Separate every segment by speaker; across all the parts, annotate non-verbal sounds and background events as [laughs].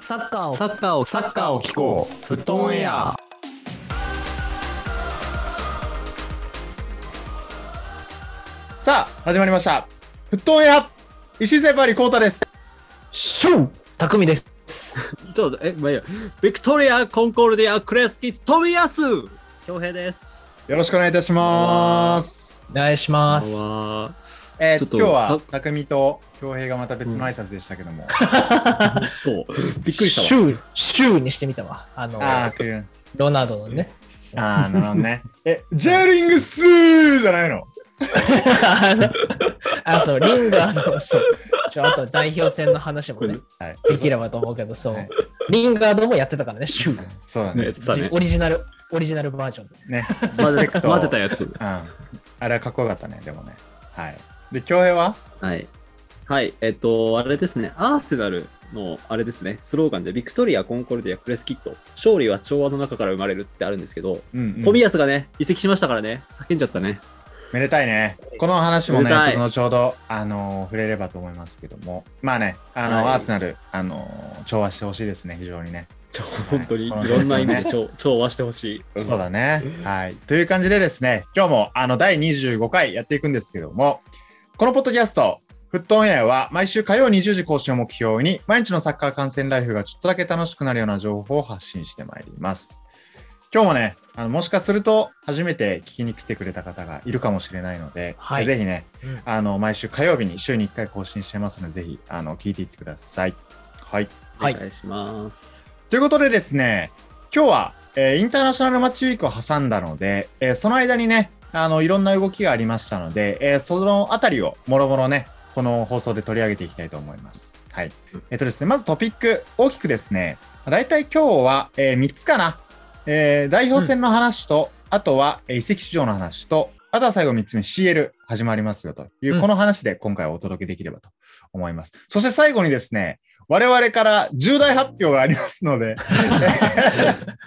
Speaker 1: サッカーを
Speaker 2: サッカーを、サッカーを聞こう。フットオンエア。
Speaker 3: さあ、始まりました。フットオンエア、石井先輩にコータです。
Speaker 2: ショー
Speaker 1: 匠です。
Speaker 4: そうだ、え、まあ、いいや。ビクトリア・コンコルディア・クレスキ・トミヤス恭平です。
Speaker 3: よろしくお願いいたします。
Speaker 1: お願いします。
Speaker 4: わ
Speaker 3: えー
Speaker 4: ちょっと
Speaker 3: 今日は
Speaker 4: あ
Speaker 3: 匠と恭平がまた別の挨拶でしたけど
Speaker 4: [laughs]
Speaker 3: も。
Speaker 4: ーそう。びっくりした
Speaker 1: シ
Speaker 4: わ。
Speaker 1: ュー、シューにしてみたわ。あの、
Speaker 3: あーくるん
Speaker 1: ロナウドのね。
Speaker 3: [laughs]
Speaker 1: [laughs]
Speaker 3: あー、なるほど
Speaker 4: [laughs]
Speaker 3: ね。え、ジェリングスーじゃないの
Speaker 1: あのあ、そう、リンガード、そう。ちょ、あと代表戦の話もね、
Speaker 3: はい。
Speaker 1: できればと思うけど、そう
Speaker 3: はい。
Speaker 1: リンガードもやってたからね、シュー。
Speaker 3: そうだ
Speaker 4: ね
Speaker 3: ね。
Speaker 4: やってたね
Speaker 1: オリジナル、オリジナルバージョンで。
Speaker 3: ね。
Speaker 4: [laughs] 混ぜ
Speaker 3: リスペクト
Speaker 4: 混ぜたやつ。
Speaker 3: うん。あれはかっこよかったね、でもね。はい。で、恭平は
Speaker 4: はい。はい、えっと、あれですね、アーセナルの、あれですね、スローガンで、ビクトリア・コンコルディア・クレスキット、勝利は調和の中から生まれるってあるんですけど、
Speaker 3: うん、うん
Speaker 4: トミヤスがね、移籍しましたからね、叫んじゃったね。
Speaker 3: めでたいね。この話も
Speaker 4: め
Speaker 3: ね、
Speaker 4: で
Speaker 3: ちょ
Speaker 4: たい
Speaker 3: っと後ほど、あのー触れればと思いますけども。まあね、あの、
Speaker 4: はい
Speaker 3: アーセナル、あのー調和してほしいですね、非常にね。
Speaker 4: ちょ本当に、い
Speaker 3: はい
Speaker 4: ろんな意味で調調和してほしい。
Speaker 3: そうだね。はい。という感じでですね、今日もあの第25回やっていくんですけども、このポッドキャスト、フットオンエアは毎週火曜20時更新を目標に、毎日のサッカー観戦ライフがちょっとだけ楽しくなるような情報を発信してまいります。今日もね、あのもしかすると初めて聞きに来てくれた方がいるかもしれないので、
Speaker 1: はい
Speaker 3: ぜひね、
Speaker 1: うん
Speaker 3: あの毎週火曜日に週に1回更新してますので、ぜひあの聞いていってください。はい。
Speaker 1: はい
Speaker 4: お願いします。
Speaker 3: ということでですね、今日は、えーインターナショナルマッチウィークを挟んだので、えーその間にね、あの、いろんな動きがありましたので、えーそのあたりをもろもろね、この放送で取り上げていきたいと思います。はい。えっ、とですね、まずトピック、大きくですね、大体今日は、え3つかな。えー代表戦の話と、あとは、えー移籍市場の話と、あとは最後3つ目 CL 始まりますよというう、
Speaker 1: ん
Speaker 3: この話で今回はお届けできればと思います。そして最後にですね、我々から重大発表がありますの
Speaker 4: ね
Speaker 3: で、 [laughs]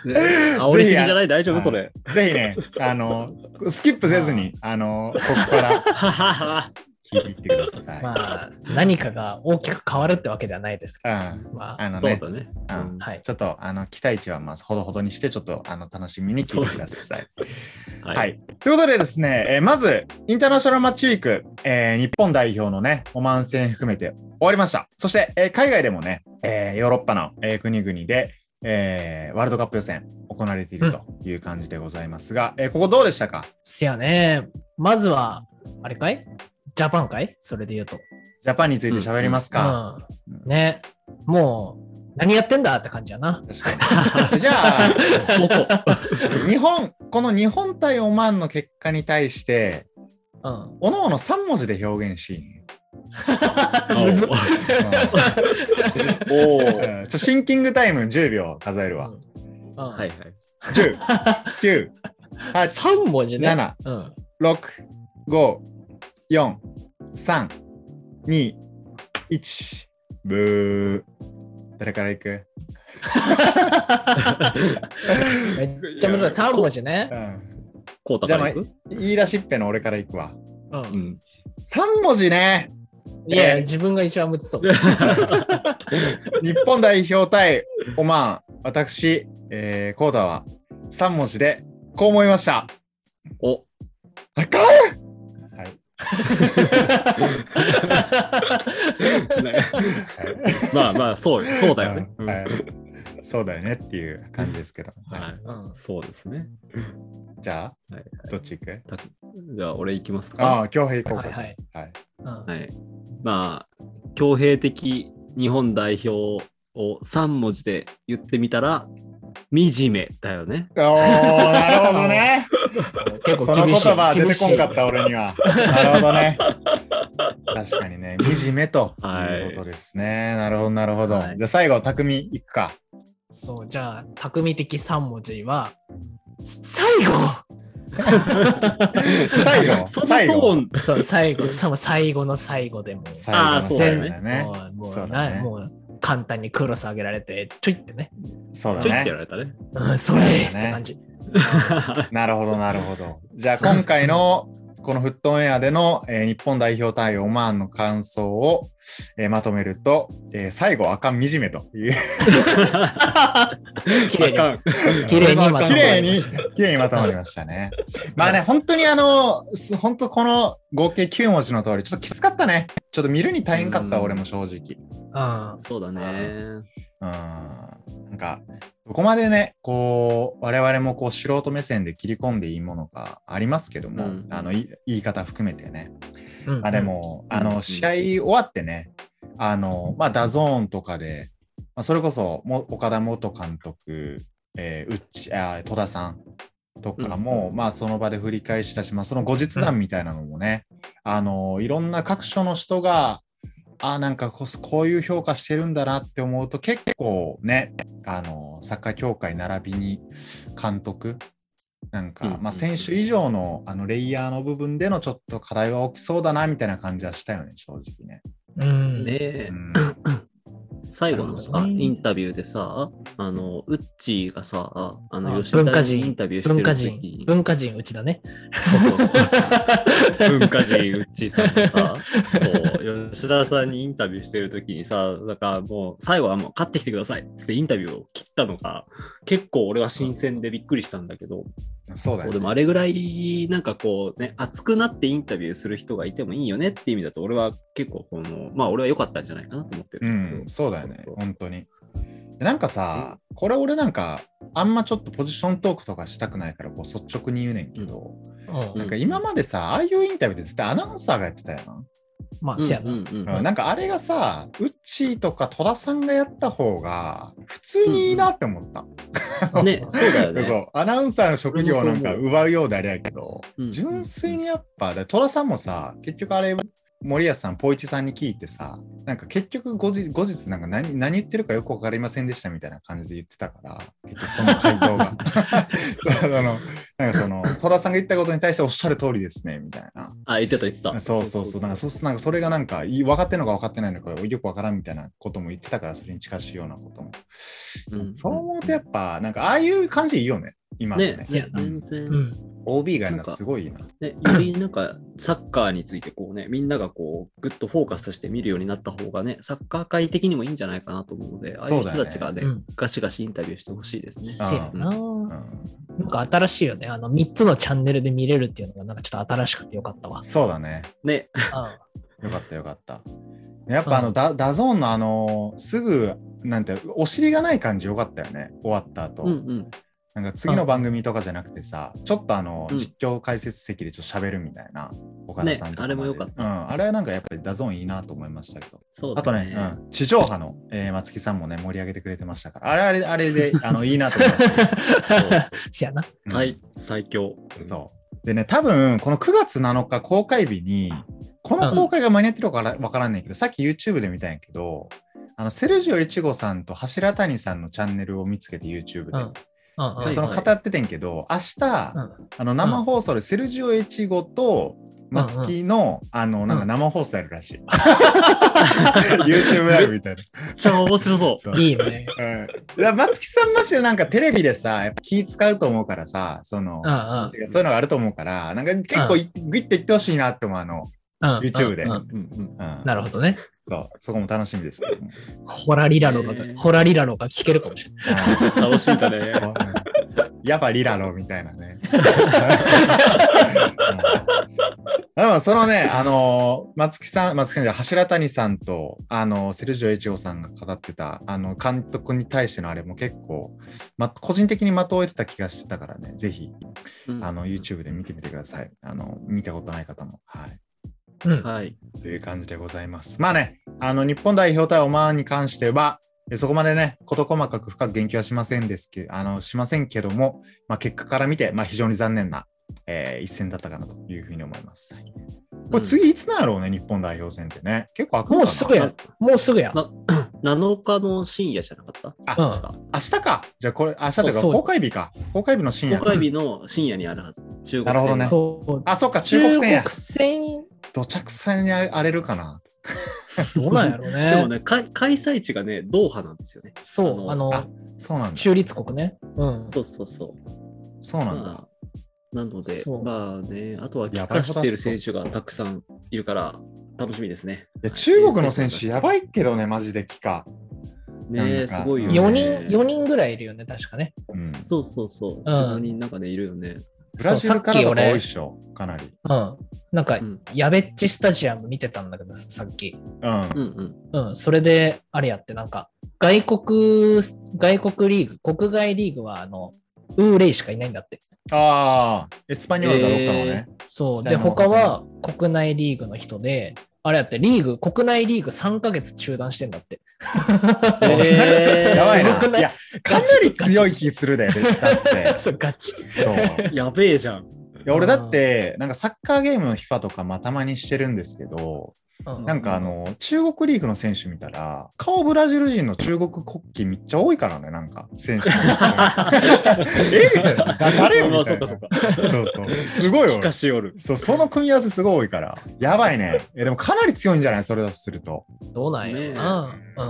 Speaker 4: 煽りすぎじゃない大丈夫それ。
Speaker 3: ぜひね、あの、スキップせずに、あの、ここから
Speaker 4: ははは
Speaker 3: 聞いていってください。
Speaker 1: まあ、何かが大きく変わるってわけではないですけど、
Speaker 3: うん
Speaker 1: まあ、
Speaker 3: あの
Speaker 4: そう
Speaker 3: ね、
Speaker 4: だね。
Speaker 3: うん
Speaker 1: はい。
Speaker 3: ちょっと、あの、期待値はまあほどほどにして、ちょっと、あの、楽しみに聞いてください。はい、
Speaker 4: はい。
Speaker 3: ということでですね、えーまず、インターナショナルマッチウィーク、えー日本代表のね、オマーン戦含めて終わりました。そして、えー海外でもね、えーヨーロッパの、えー国々で、えーワールドカップ予選行われているという感じでございますが、えーここどうでしたか
Speaker 1: せやね、まずは、あれかいジャパンかいそれで言うと。
Speaker 3: ジャパンについて喋りますか、
Speaker 1: うん、ね、もう、何やってんだって感じやな。
Speaker 3: 確かにじゃあ、
Speaker 1: [laughs]
Speaker 4: そうそう
Speaker 3: 日本、この日本対オマーンの結果に対して、
Speaker 1: うん。
Speaker 3: おのおの3文字で表現し、
Speaker 4: お
Speaker 1: むずっ
Speaker 4: [laughs] おー
Speaker 3: うんうんちょシンキングタイム10秒数えるわ。
Speaker 1: うんうん
Speaker 4: はいはい。
Speaker 3: 10、9、8、
Speaker 1: 三文字ね。
Speaker 3: 7、
Speaker 1: うん。
Speaker 3: 6、5、4、3、2、1、ブー。誰からいく、
Speaker 1: [laughs] めっちゃ難しい。三文字ね
Speaker 3: う。ん、
Speaker 4: こうたからいく
Speaker 3: 言い出しっぺの俺からいくわ。
Speaker 1: う。
Speaker 4: うんん。
Speaker 3: 3文字ね
Speaker 1: いや、自分が一番む
Speaker 4: [laughs]
Speaker 1: ずそう。
Speaker 3: 日本代表対オマーン、私、えー、コーダは3文字でこう思いました。
Speaker 4: [laughs] お、 [laughs]
Speaker 3: 高い
Speaker 4: ねまあまあ、そうよそうだよね。うん
Speaker 3: はいそうだよねっていう感じですけど。は
Speaker 4: はいい。
Speaker 1: うん
Speaker 4: そうですね。
Speaker 3: じゃあ
Speaker 4: はい、
Speaker 3: どっち行く
Speaker 4: たじゃあ、俺行きます
Speaker 3: あ
Speaker 4: か。
Speaker 3: あ、恭平行こう
Speaker 1: はい
Speaker 3: か。
Speaker 1: はい。
Speaker 3: はい
Speaker 1: うん
Speaker 4: はい。まあ、強兵的日本代表を3文字で言ってみたら、惨めだよね。
Speaker 3: おー、なるほど
Speaker 4: [laughs]
Speaker 3: ね。
Speaker 1: 結
Speaker 3: そ
Speaker 1: 構
Speaker 3: の言
Speaker 1: 厳しい。
Speaker 3: 葉は出
Speaker 1: 厳
Speaker 3: て
Speaker 1: し
Speaker 3: こん
Speaker 1: い
Speaker 3: かった俺には。なるほどね。確か
Speaker 4: [laughs]
Speaker 3: にね、惨めと
Speaker 4: はい
Speaker 3: いうことですね。なるほど、なるほど。
Speaker 4: はい
Speaker 3: じゃあ最後、匠行くか。
Speaker 1: そう、じゃあ、匠的三文字は、最後
Speaker 3: 最後、
Speaker 4: [laughs] そのト
Speaker 3: 最後。
Speaker 4: ーン、
Speaker 1: [laughs] そう、最
Speaker 4: [laughs]
Speaker 1: 後、その最後の最後でもう。
Speaker 3: 最後の
Speaker 4: あーそうだ
Speaker 3: 最
Speaker 4: よ
Speaker 3: 後
Speaker 4: ね
Speaker 3: だね。
Speaker 1: もう、も
Speaker 3: そううだ
Speaker 1: な
Speaker 3: ね
Speaker 1: もう簡単にクロス上げられて、ちょいってね。
Speaker 3: そうだ
Speaker 4: ちょいってや。
Speaker 3: ね
Speaker 4: られた [laughs] ね。
Speaker 1: うん、それって感じ。
Speaker 3: なるほど、なるほど。じゃあ、今回のこのフットンエアでの、えー日本代表対オマーンの感想を、えーまとめると、えー最後、赤みじめという、
Speaker 1: [laughs] 綺麗に
Speaker 4: あかん
Speaker 1: 綺麗にまとまりました
Speaker 3: 綺麗に、綺麗にまとまりましたね。まあね、本当にあの、す本当この合計9文字の通り、ちょっときつかったね。ちょっと見るに大変かった、
Speaker 4: うん
Speaker 3: 俺も正直。
Speaker 1: あ
Speaker 4: そうだね。
Speaker 3: うん。なんか、どこまでね、こう、我々もこう素人目線で切り込んでいいものがありますけども、
Speaker 4: うん
Speaker 3: あのい言い方含めてね。
Speaker 1: ー
Speaker 3: まあで、も、
Speaker 4: うん
Speaker 3: あ
Speaker 4: う
Speaker 3: の
Speaker 4: ん
Speaker 3: 試合終わってね、あのまあ、ダゾーンとかで、まあ、それこそも岡田元監督、えーうっちあー戸田さんとかも、まあ、その場で振り返りしたし、まあ、その後日談みたいなのもね、あのいろんな各所の人が、あーなんかここういう評価してるんだなって思うと、結構ね、あのサッカー協会並びに監督、なんか、
Speaker 4: うんうんうん
Speaker 3: まあ、選手以上のあのレイヤーの部分でのちょっと課題は起きそうだなみたいな感じはしたよね、正直ね。
Speaker 1: うんうん
Speaker 4: ねえ
Speaker 3: う、ん、
Speaker 4: 最後のさ、
Speaker 1: なるほどね
Speaker 4: インタビューでさ、あの、ウッチーがさ、あの、
Speaker 1: あ
Speaker 4: 吉
Speaker 1: 文
Speaker 4: 田
Speaker 1: 化
Speaker 4: に
Speaker 1: 人
Speaker 4: インタビューしてる
Speaker 1: 文化
Speaker 4: 時
Speaker 1: 人、文化人、うちだね。
Speaker 4: そうそう [laughs] そう。 [laughs] 文化人、ウッチーさんが [laughs] さ、そう、吉田さんにインタビューしてる時にさ、だからもう、最後はもう、勝ってきてくださいっつってインタビューを切ったのが、結構俺は新鮮でびっくりしたんだけど、 [laughs]
Speaker 3: そうだ
Speaker 4: そう
Speaker 3: よ
Speaker 4: で
Speaker 3: ね。
Speaker 4: もあれぐらいなんかこうね熱くなってインタビューする人がいてもいいよねって意味だと俺は結構このまあ俺は良かったんじゃないかなと思ってる
Speaker 3: うん
Speaker 4: だけ
Speaker 3: ん
Speaker 4: ど、
Speaker 3: そうだよね、
Speaker 4: そうそう
Speaker 3: 本当に。でなんかさ、これ俺なんか、あんまちょっとポジショントークとかしたくないから、こう率直に言うねんけど、
Speaker 1: [laughs] うん
Speaker 3: なんか今までさ、ああいうインタビューで絶対アナウンサーがやってたよな。
Speaker 1: まあ、
Speaker 4: うん
Speaker 1: せやな。
Speaker 4: うんうん
Speaker 3: うんなんかあれがさ、ウッチーとか戸田さんがやった方が、普通にいいなって思った。
Speaker 4: ねそうだよ
Speaker 3: [laughs] そう
Speaker 4: ね、
Speaker 3: アナウンサーの職業なん
Speaker 4: 俺
Speaker 3: か
Speaker 4: もそう
Speaker 3: 奪うようであれやけど、
Speaker 4: うん
Speaker 3: 純粋にやっぱ、で寅さんもさ、結局あれ、森保さん、ポイチさんに聞いてさ、なんか結局後日、後日なんか何何言ってるかよく分かりませんでしたみたいな感じで言ってたから、結局その回
Speaker 4: [laughs]
Speaker 3: 答が。あのなんかその、寅さんが言ったことに対しておっしゃる通りですね、みたいな。
Speaker 4: あ言ってた言ってた
Speaker 3: そうそうそう。なんかそうすなんかそれがなんかい分かってんのか分かってないのかよく分からんみたいなことも言ってたからそれに近しいようなことも。
Speaker 4: うん
Speaker 3: そう思うとやっぱなんかああいう感じいいよね。今のね
Speaker 4: ね
Speaker 1: せやな
Speaker 4: 全
Speaker 1: う
Speaker 4: 然、
Speaker 1: ん。
Speaker 3: OB がいるの
Speaker 4: なんか
Speaker 3: すごいいいな。
Speaker 4: ね、よりなんかサッカーについてこうねみんながこうグッとフォーカスして見るようになった方がねサッカー界的にもいいんじゃないかなと思うのでああいう
Speaker 3: そうだ
Speaker 4: 人
Speaker 3: よね
Speaker 4: たちがね
Speaker 1: うん
Speaker 4: ガシガシインタビューしてほしいですね
Speaker 1: せやな。
Speaker 3: うん
Speaker 1: な、んか新しいよね。あの、3つのチャンネルで見れるっていうのが、なんかちょっと新しくてよかったわ。
Speaker 3: そうだね。
Speaker 4: ね
Speaker 1: [laughs] う
Speaker 3: よかったよかった。やっぱあ
Speaker 1: う
Speaker 3: の
Speaker 1: ん
Speaker 3: ダダゾーンのあのすぐなんてお尻がない感じよかったよね終わった後、
Speaker 4: うんうん
Speaker 3: なんか次の番組とかじゃなくてさちょっとあの
Speaker 4: うん
Speaker 3: 実況解説席でちょっと喋るみたいな岡田さんとか
Speaker 4: ねあ
Speaker 3: まで、
Speaker 4: れもよかった
Speaker 3: うん、あれはなんかやっぱりダゾーンいいなと思いましたけど
Speaker 4: そうだ
Speaker 3: あとね、うん、地上波の、えー松木さんもね、盛り上げてくれてましたから、あれあれあれであのいいなと思い
Speaker 4: [laughs]
Speaker 3: ました。
Speaker 4: そうそう
Speaker 1: うん。せやな。
Speaker 3: うん
Speaker 4: 最最強。
Speaker 3: そうでね、多分この9月7日公開日に、この公開が間に合ってるのかわからわからんねんけど、さっき YouTube で見たんやけど、あのセルジオ越後さんと柱谷さんのチャンネルを見つけて YouTube で。
Speaker 1: うん。うん
Speaker 3: で
Speaker 1: うん
Speaker 4: い
Speaker 3: その語っててんけど、明日、
Speaker 1: うん
Speaker 3: あの生放送でセルジオ越後と松木の、あのなんか生放送やるらしい。YouTube ライブみたいな。
Speaker 4: めっちゃ面白そう。
Speaker 3: そう
Speaker 1: いいよね。
Speaker 3: うんいや松木さんマジでなんかテレビでさ、やっぱ気使うと思うからさ、その、
Speaker 1: うんうん。
Speaker 3: そういうのがあると思うから、なんか結構い、グイッといってほしいなって思う、あの、
Speaker 1: うん
Speaker 3: YouTube で
Speaker 1: うんうん
Speaker 4: うんうん
Speaker 3: うん、
Speaker 1: なるほどね。
Speaker 3: そう、そこも楽しみです
Speaker 1: [laughs]
Speaker 3: けども。
Speaker 1: ホラリラロ
Speaker 4: えー
Speaker 1: が、ホラリラロが聞けるかもしれない。
Speaker 4: 楽しみだね。
Speaker 3: うんやっぱリラロみたいな
Speaker 1: [laughs]
Speaker 3: ね。うんでもそのね、あの松木さん、松木さんじゃない柱谷さんと、あのセルジオ越後さんが語ってた、あの監督に対してのあれも結構、ま、個人的に的を得てた気がしてたからね、ぜひ、あの YouTube で見てみてください。あの見たことない方も。はい。
Speaker 1: うん。
Speaker 4: はい。
Speaker 3: という感じでございます。まあね、あの日本代表対オマーンに関しては、えそこまでね、事細かく深く言及はしませんですけあのしませんけども、まあ、結果から見て、まあ、非常に残念な、えー一戦だったかなというふうに思います。はいこれ次いつなんやろうね、日本代表戦ってね。結構開くのかな
Speaker 1: もうすぐや。もうすぐや。
Speaker 4: な7日の深夜じゃなかった
Speaker 3: あ
Speaker 1: うん
Speaker 4: 確か
Speaker 3: 明日か。じゃあこれ、明日という
Speaker 1: そ
Speaker 3: か
Speaker 1: うそう
Speaker 3: 公開日か。公開日の深夜
Speaker 4: 公。開日の深夜にあるはず。中国
Speaker 3: なるほどね
Speaker 1: そう
Speaker 3: あ、そっか、中国戦や
Speaker 1: 中。国戦
Speaker 3: 土着戦に荒れるかな。
Speaker 1: どうなんやろう [laughs]
Speaker 4: で
Speaker 1: ね。
Speaker 4: もね、か開催地がね、ドーハなんですよね。
Speaker 1: そう、あ
Speaker 4: あ
Speaker 1: の、
Speaker 3: あそうなんだ。
Speaker 1: 中立国ね。うん。
Speaker 4: そうそうそう。
Speaker 3: そうなんだ。
Speaker 4: まあなので
Speaker 1: そ、う
Speaker 4: まあね、あとは
Speaker 3: や
Speaker 4: 帰
Speaker 3: ばい
Speaker 4: 化
Speaker 3: ほど
Speaker 4: してる選手がたくさんいるから、楽しみですね。
Speaker 3: で中国の選手やばいけどね、マジで帰化。
Speaker 4: ね
Speaker 3: なん
Speaker 4: えす
Speaker 3: か
Speaker 4: ごいよね。
Speaker 1: 4人、四人ぐらいいるよね、確かね。
Speaker 3: うん、
Speaker 4: そうそうそ
Speaker 1: ん
Speaker 4: う。4、人なんかね、いるよね。
Speaker 3: ブラジルから
Speaker 1: そうさ
Speaker 3: と
Speaker 1: っ
Speaker 3: か
Speaker 1: き
Speaker 3: 多
Speaker 1: 俺
Speaker 3: いっしょ、かなり。
Speaker 1: うん。なんか
Speaker 4: う、ん。
Speaker 1: やべっちスタジアム見てたんだけど、さっき。
Speaker 3: うん
Speaker 4: うんうん。
Speaker 1: うん、それで、あれやって、なんか、外国、外国リーグ、国外リーグは、あの、ウーレイしかいないんだって。
Speaker 3: ああ、エスパニョールかどっかのね。
Speaker 1: そう。で、
Speaker 3: なるほど
Speaker 1: 他は国内リーグの人で、あれやって、リーグ、国内リーグ3ヶ月中断してんだって。
Speaker 4: え
Speaker 1: ー
Speaker 3: やばい
Speaker 1: すごく [laughs] ない
Speaker 3: な。いや、かなり強い気するで、だって。
Speaker 1: [laughs] そう、ガチ。
Speaker 3: そう。
Speaker 4: やべえじゃん。
Speaker 3: いや俺だって、なんかサッカーゲームの FIFA とかまたまにしてるんですけど、
Speaker 1: うん
Speaker 3: なんかあの、中国リーグの選手見たら、顔ブラジル人の中国国旗めっちゃ多いからね、なんか、選手。え
Speaker 1: [laughs]
Speaker 3: みたいな。誰
Speaker 4: ま
Speaker 3: み
Speaker 4: あ、そ
Speaker 3: たい
Speaker 4: っ
Speaker 3: な。
Speaker 4: かそ
Speaker 3: そ
Speaker 4: うっか。
Speaker 3: そう。すごい
Speaker 4: 聞
Speaker 3: よ
Speaker 4: か。しおる。
Speaker 3: そう、その組み合わせすごい多いから。やばいね。え、でもかなり強いんじゃないそれだとすると。
Speaker 1: どうなんやろな。う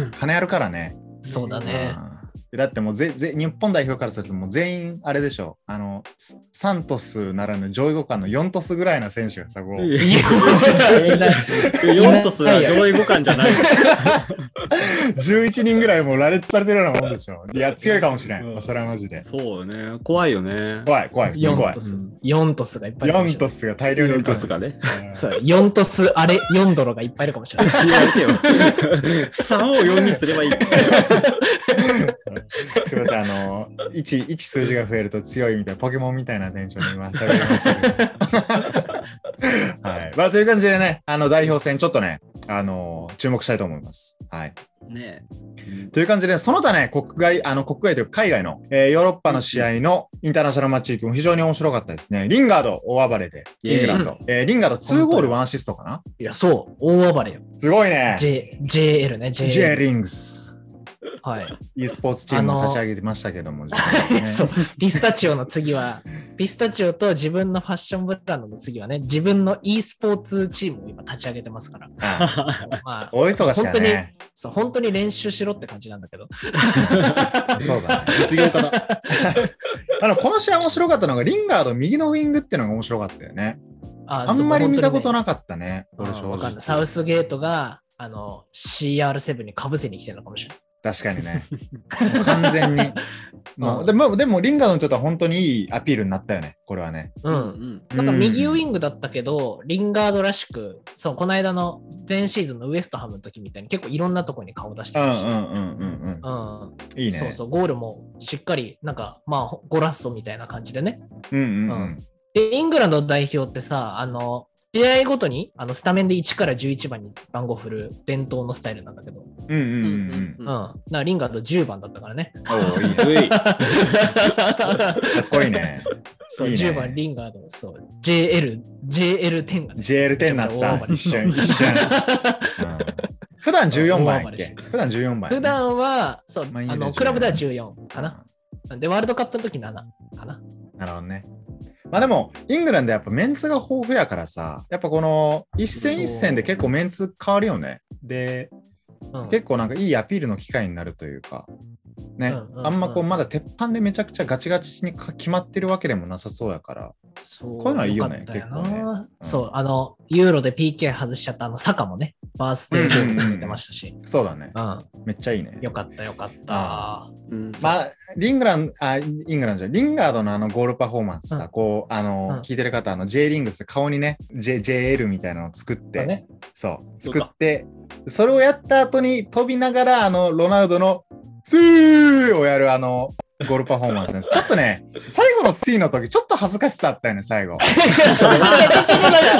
Speaker 1: ん。
Speaker 3: 金あるからね。
Speaker 1: そうだね。
Speaker 3: うんだってもうぜぜ日本代表からするともう全員あれでしょあのスサントスならぬ上位互換の4トスぐらいな選手がさこう
Speaker 4: い4とすら上位互換じゃない。
Speaker 3: 11人ぐらいもう羅列されてるようなもんでしょいや強いかもしれん、
Speaker 4: うん
Speaker 3: まあそれはマジで
Speaker 4: そうよね。怖いよね。
Speaker 3: 怖い怖い普通に
Speaker 1: 4
Speaker 3: 怖い
Speaker 1: ト
Speaker 4: と
Speaker 1: ス
Speaker 4: う。
Speaker 1: 4トスがいっぱいいるかもし
Speaker 3: 4
Speaker 1: れな
Speaker 3: ト
Speaker 1: い。
Speaker 3: スが大量にい
Speaker 4: 4
Speaker 3: るか
Speaker 4: と
Speaker 3: ら
Speaker 4: すがね。
Speaker 3: うん
Speaker 1: そう4トス、あれ、4ドロがいっぱいいるかもしれない。
Speaker 4: 言われてよ。3を4にすればいい。
Speaker 3: すみませんあの一一数字が増えると強いみたいなポケモンみたいなテンションで今喋りましたけどはいまあという感じでねあの代表戦ちょっとねあの注目したいと思いますはい
Speaker 4: ね
Speaker 3: という感じで、その他ね、国外、あの、国外というか海外の、えーヨーロッパの試合のインターナショナルマッチウィークも非常に面白かったですね。リンガード大暴れで、
Speaker 4: イエー
Speaker 3: イ
Speaker 4: イ
Speaker 3: ングランド。えーリンガード2ゴール1アシストかない
Speaker 1: や、そう、大暴れよ。
Speaker 3: すごいね。
Speaker 1: J、JL ね、
Speaker 3: J
Speaker 1: JL。
Speaker 3: リングス。
Speaker 1: はい。
Speaker 3: e スポーツチームも立ち上げてましたけども、自分でね
Speaker 1: [laughs] そう、ピスタチオの次は、ピスタチオと自分のファッションブランドの次はね、自分の e スポーツチームを今立ち上げてますから。
Speaker 3: はい
Speaker 1: まあ、
Speaker 3: 大忙しやね。
Speaker 1: そう本当に練習しろって感じなんだけど。
Speaker 3: そうだね。
Speaker 4: 実業家だ。
Speaker 3: あの、この試合面白かったのが、リンガード右のウィングっていうのが面白かったよね。
Speaker 1: あ
Speaker 3: あんまり見たこと
Speaker 1: い。
Speaker 3: なかったね。
Speaker 1: そう
Speaker 3: 俺
Speaker 1: 本当にねうんわかん
Speaker 3: 正
Speaker 1: ない
Speaker 3: 直。
Speaker 1: サウスゲートが、あの、CR7 にかぶせに来てるのかもしれない。
Speaker 3: 確かにね。
Speaker 1: [laughs]
Speaker 3: もう完全に。もうでも、でも、リンガードにとっては本当にいいアピールになったよね、これはね。
Speaker 1: うん。
Speaker 4: ん。
Speaker 1: なんか右ウィングだったけど、リンガードらしく、そう、この間の前シーズンのウエストハムの時みたいに結構いろんなところに顔出して
Speaker 3: うんう
Speaker 1: る
Speaker 3: ん
Speaker 1: し、
Speaker 3: うんうん
Speaker 1: う
Speaker 3: うん。いい
Speaker 1: ん
Speaker 3: ね。
Speaker 1: そうそう、ゴールもしっかり、なんか、まあ、ゴラッソみたいな感じでね。
Speaker 3: うんうんう
Speaker 1: うんん。で、イングランド代表ってさ、あの、試合ごとにあのスタメンで1から11番に番号振る伝統のスタイルなんだけど、うん、
Speaker 3: うんうん
Speaker 4: う
Speaker 3: うんうん。
Speaker 1: だからリンガード10番だった
Speaker 3: [laughs]
Speaker 1: からね。
Speaker 3: おお、いいね。かっこいいね。
Speaker 1: そう
Speaker 3: いいね
Speaker 1: 10番リンガード、そう、JL、JL10 がね。
Speaker 3: JL10 になってさ、一瞬、一瞬。うん普段14番やっけ普段14番。
Speaker 1: 普段は、そう、
Speaker 3: まあいいね
Speaker 1: あの、
Speaker 3: 14
Speaker 1: クラブでは14かな。。で、ワールドカップの時7かな。
Speaker 3: なるほどね。まあでも、イングランドやっぱメンツが豊富やからさ、やっぱこの一戦一戦で結構メンツ変わるよね。で、
Speaker 1: うん
Speaker 3: 結構なんかいいアピールの機会になるというか、ね、
Speaker 1: うんうんうん
Speaker 3: あんまこうまだ鉄板でめちゃくちゃガチガチにか決まってるわけでもなさそうやから、
Speaker 1: そう
Speaker 3: こういうのはいいよね
Speaker 1: かったな
Speaker 3: 結構
Speaker 1: そう、あの、ユーロで PK 外しちゃったあの、坂もね、バースデーゴール決めてましたし、
Speaker 3: そうだね、
Speaker 1: うん、
Speaker 3: めっちゃいいね。
Speaker 1: よかったよかった。
Speaker 4: うん。
Speaker 3: まあ、リングラン、あ、イングランドじゃないリンガードのあのゴールパフォーマンスさ、
Speaker 1: うん
Speaker 3: こう、あの、
Speaker 1: うん
Speaker 3: 聞いてる方、あの、J リングスって顔にね、J、JL みたいなのを作って、
Speaker 1: だね、
Speaker 3: そう、
Speaker 4: そう
Speaker 3: 作
Speaker 4: か
Speaker 3: って、それをやった後に飛びながら、あの、ロナウドの、スーをやる、あの、ゴールパフォーマンスです。ちょっとね、最後のスイーの時、ちょっと恥ずかしさあったよね、最後。
Speaker 1: [laughs] そう
Speaker 4: か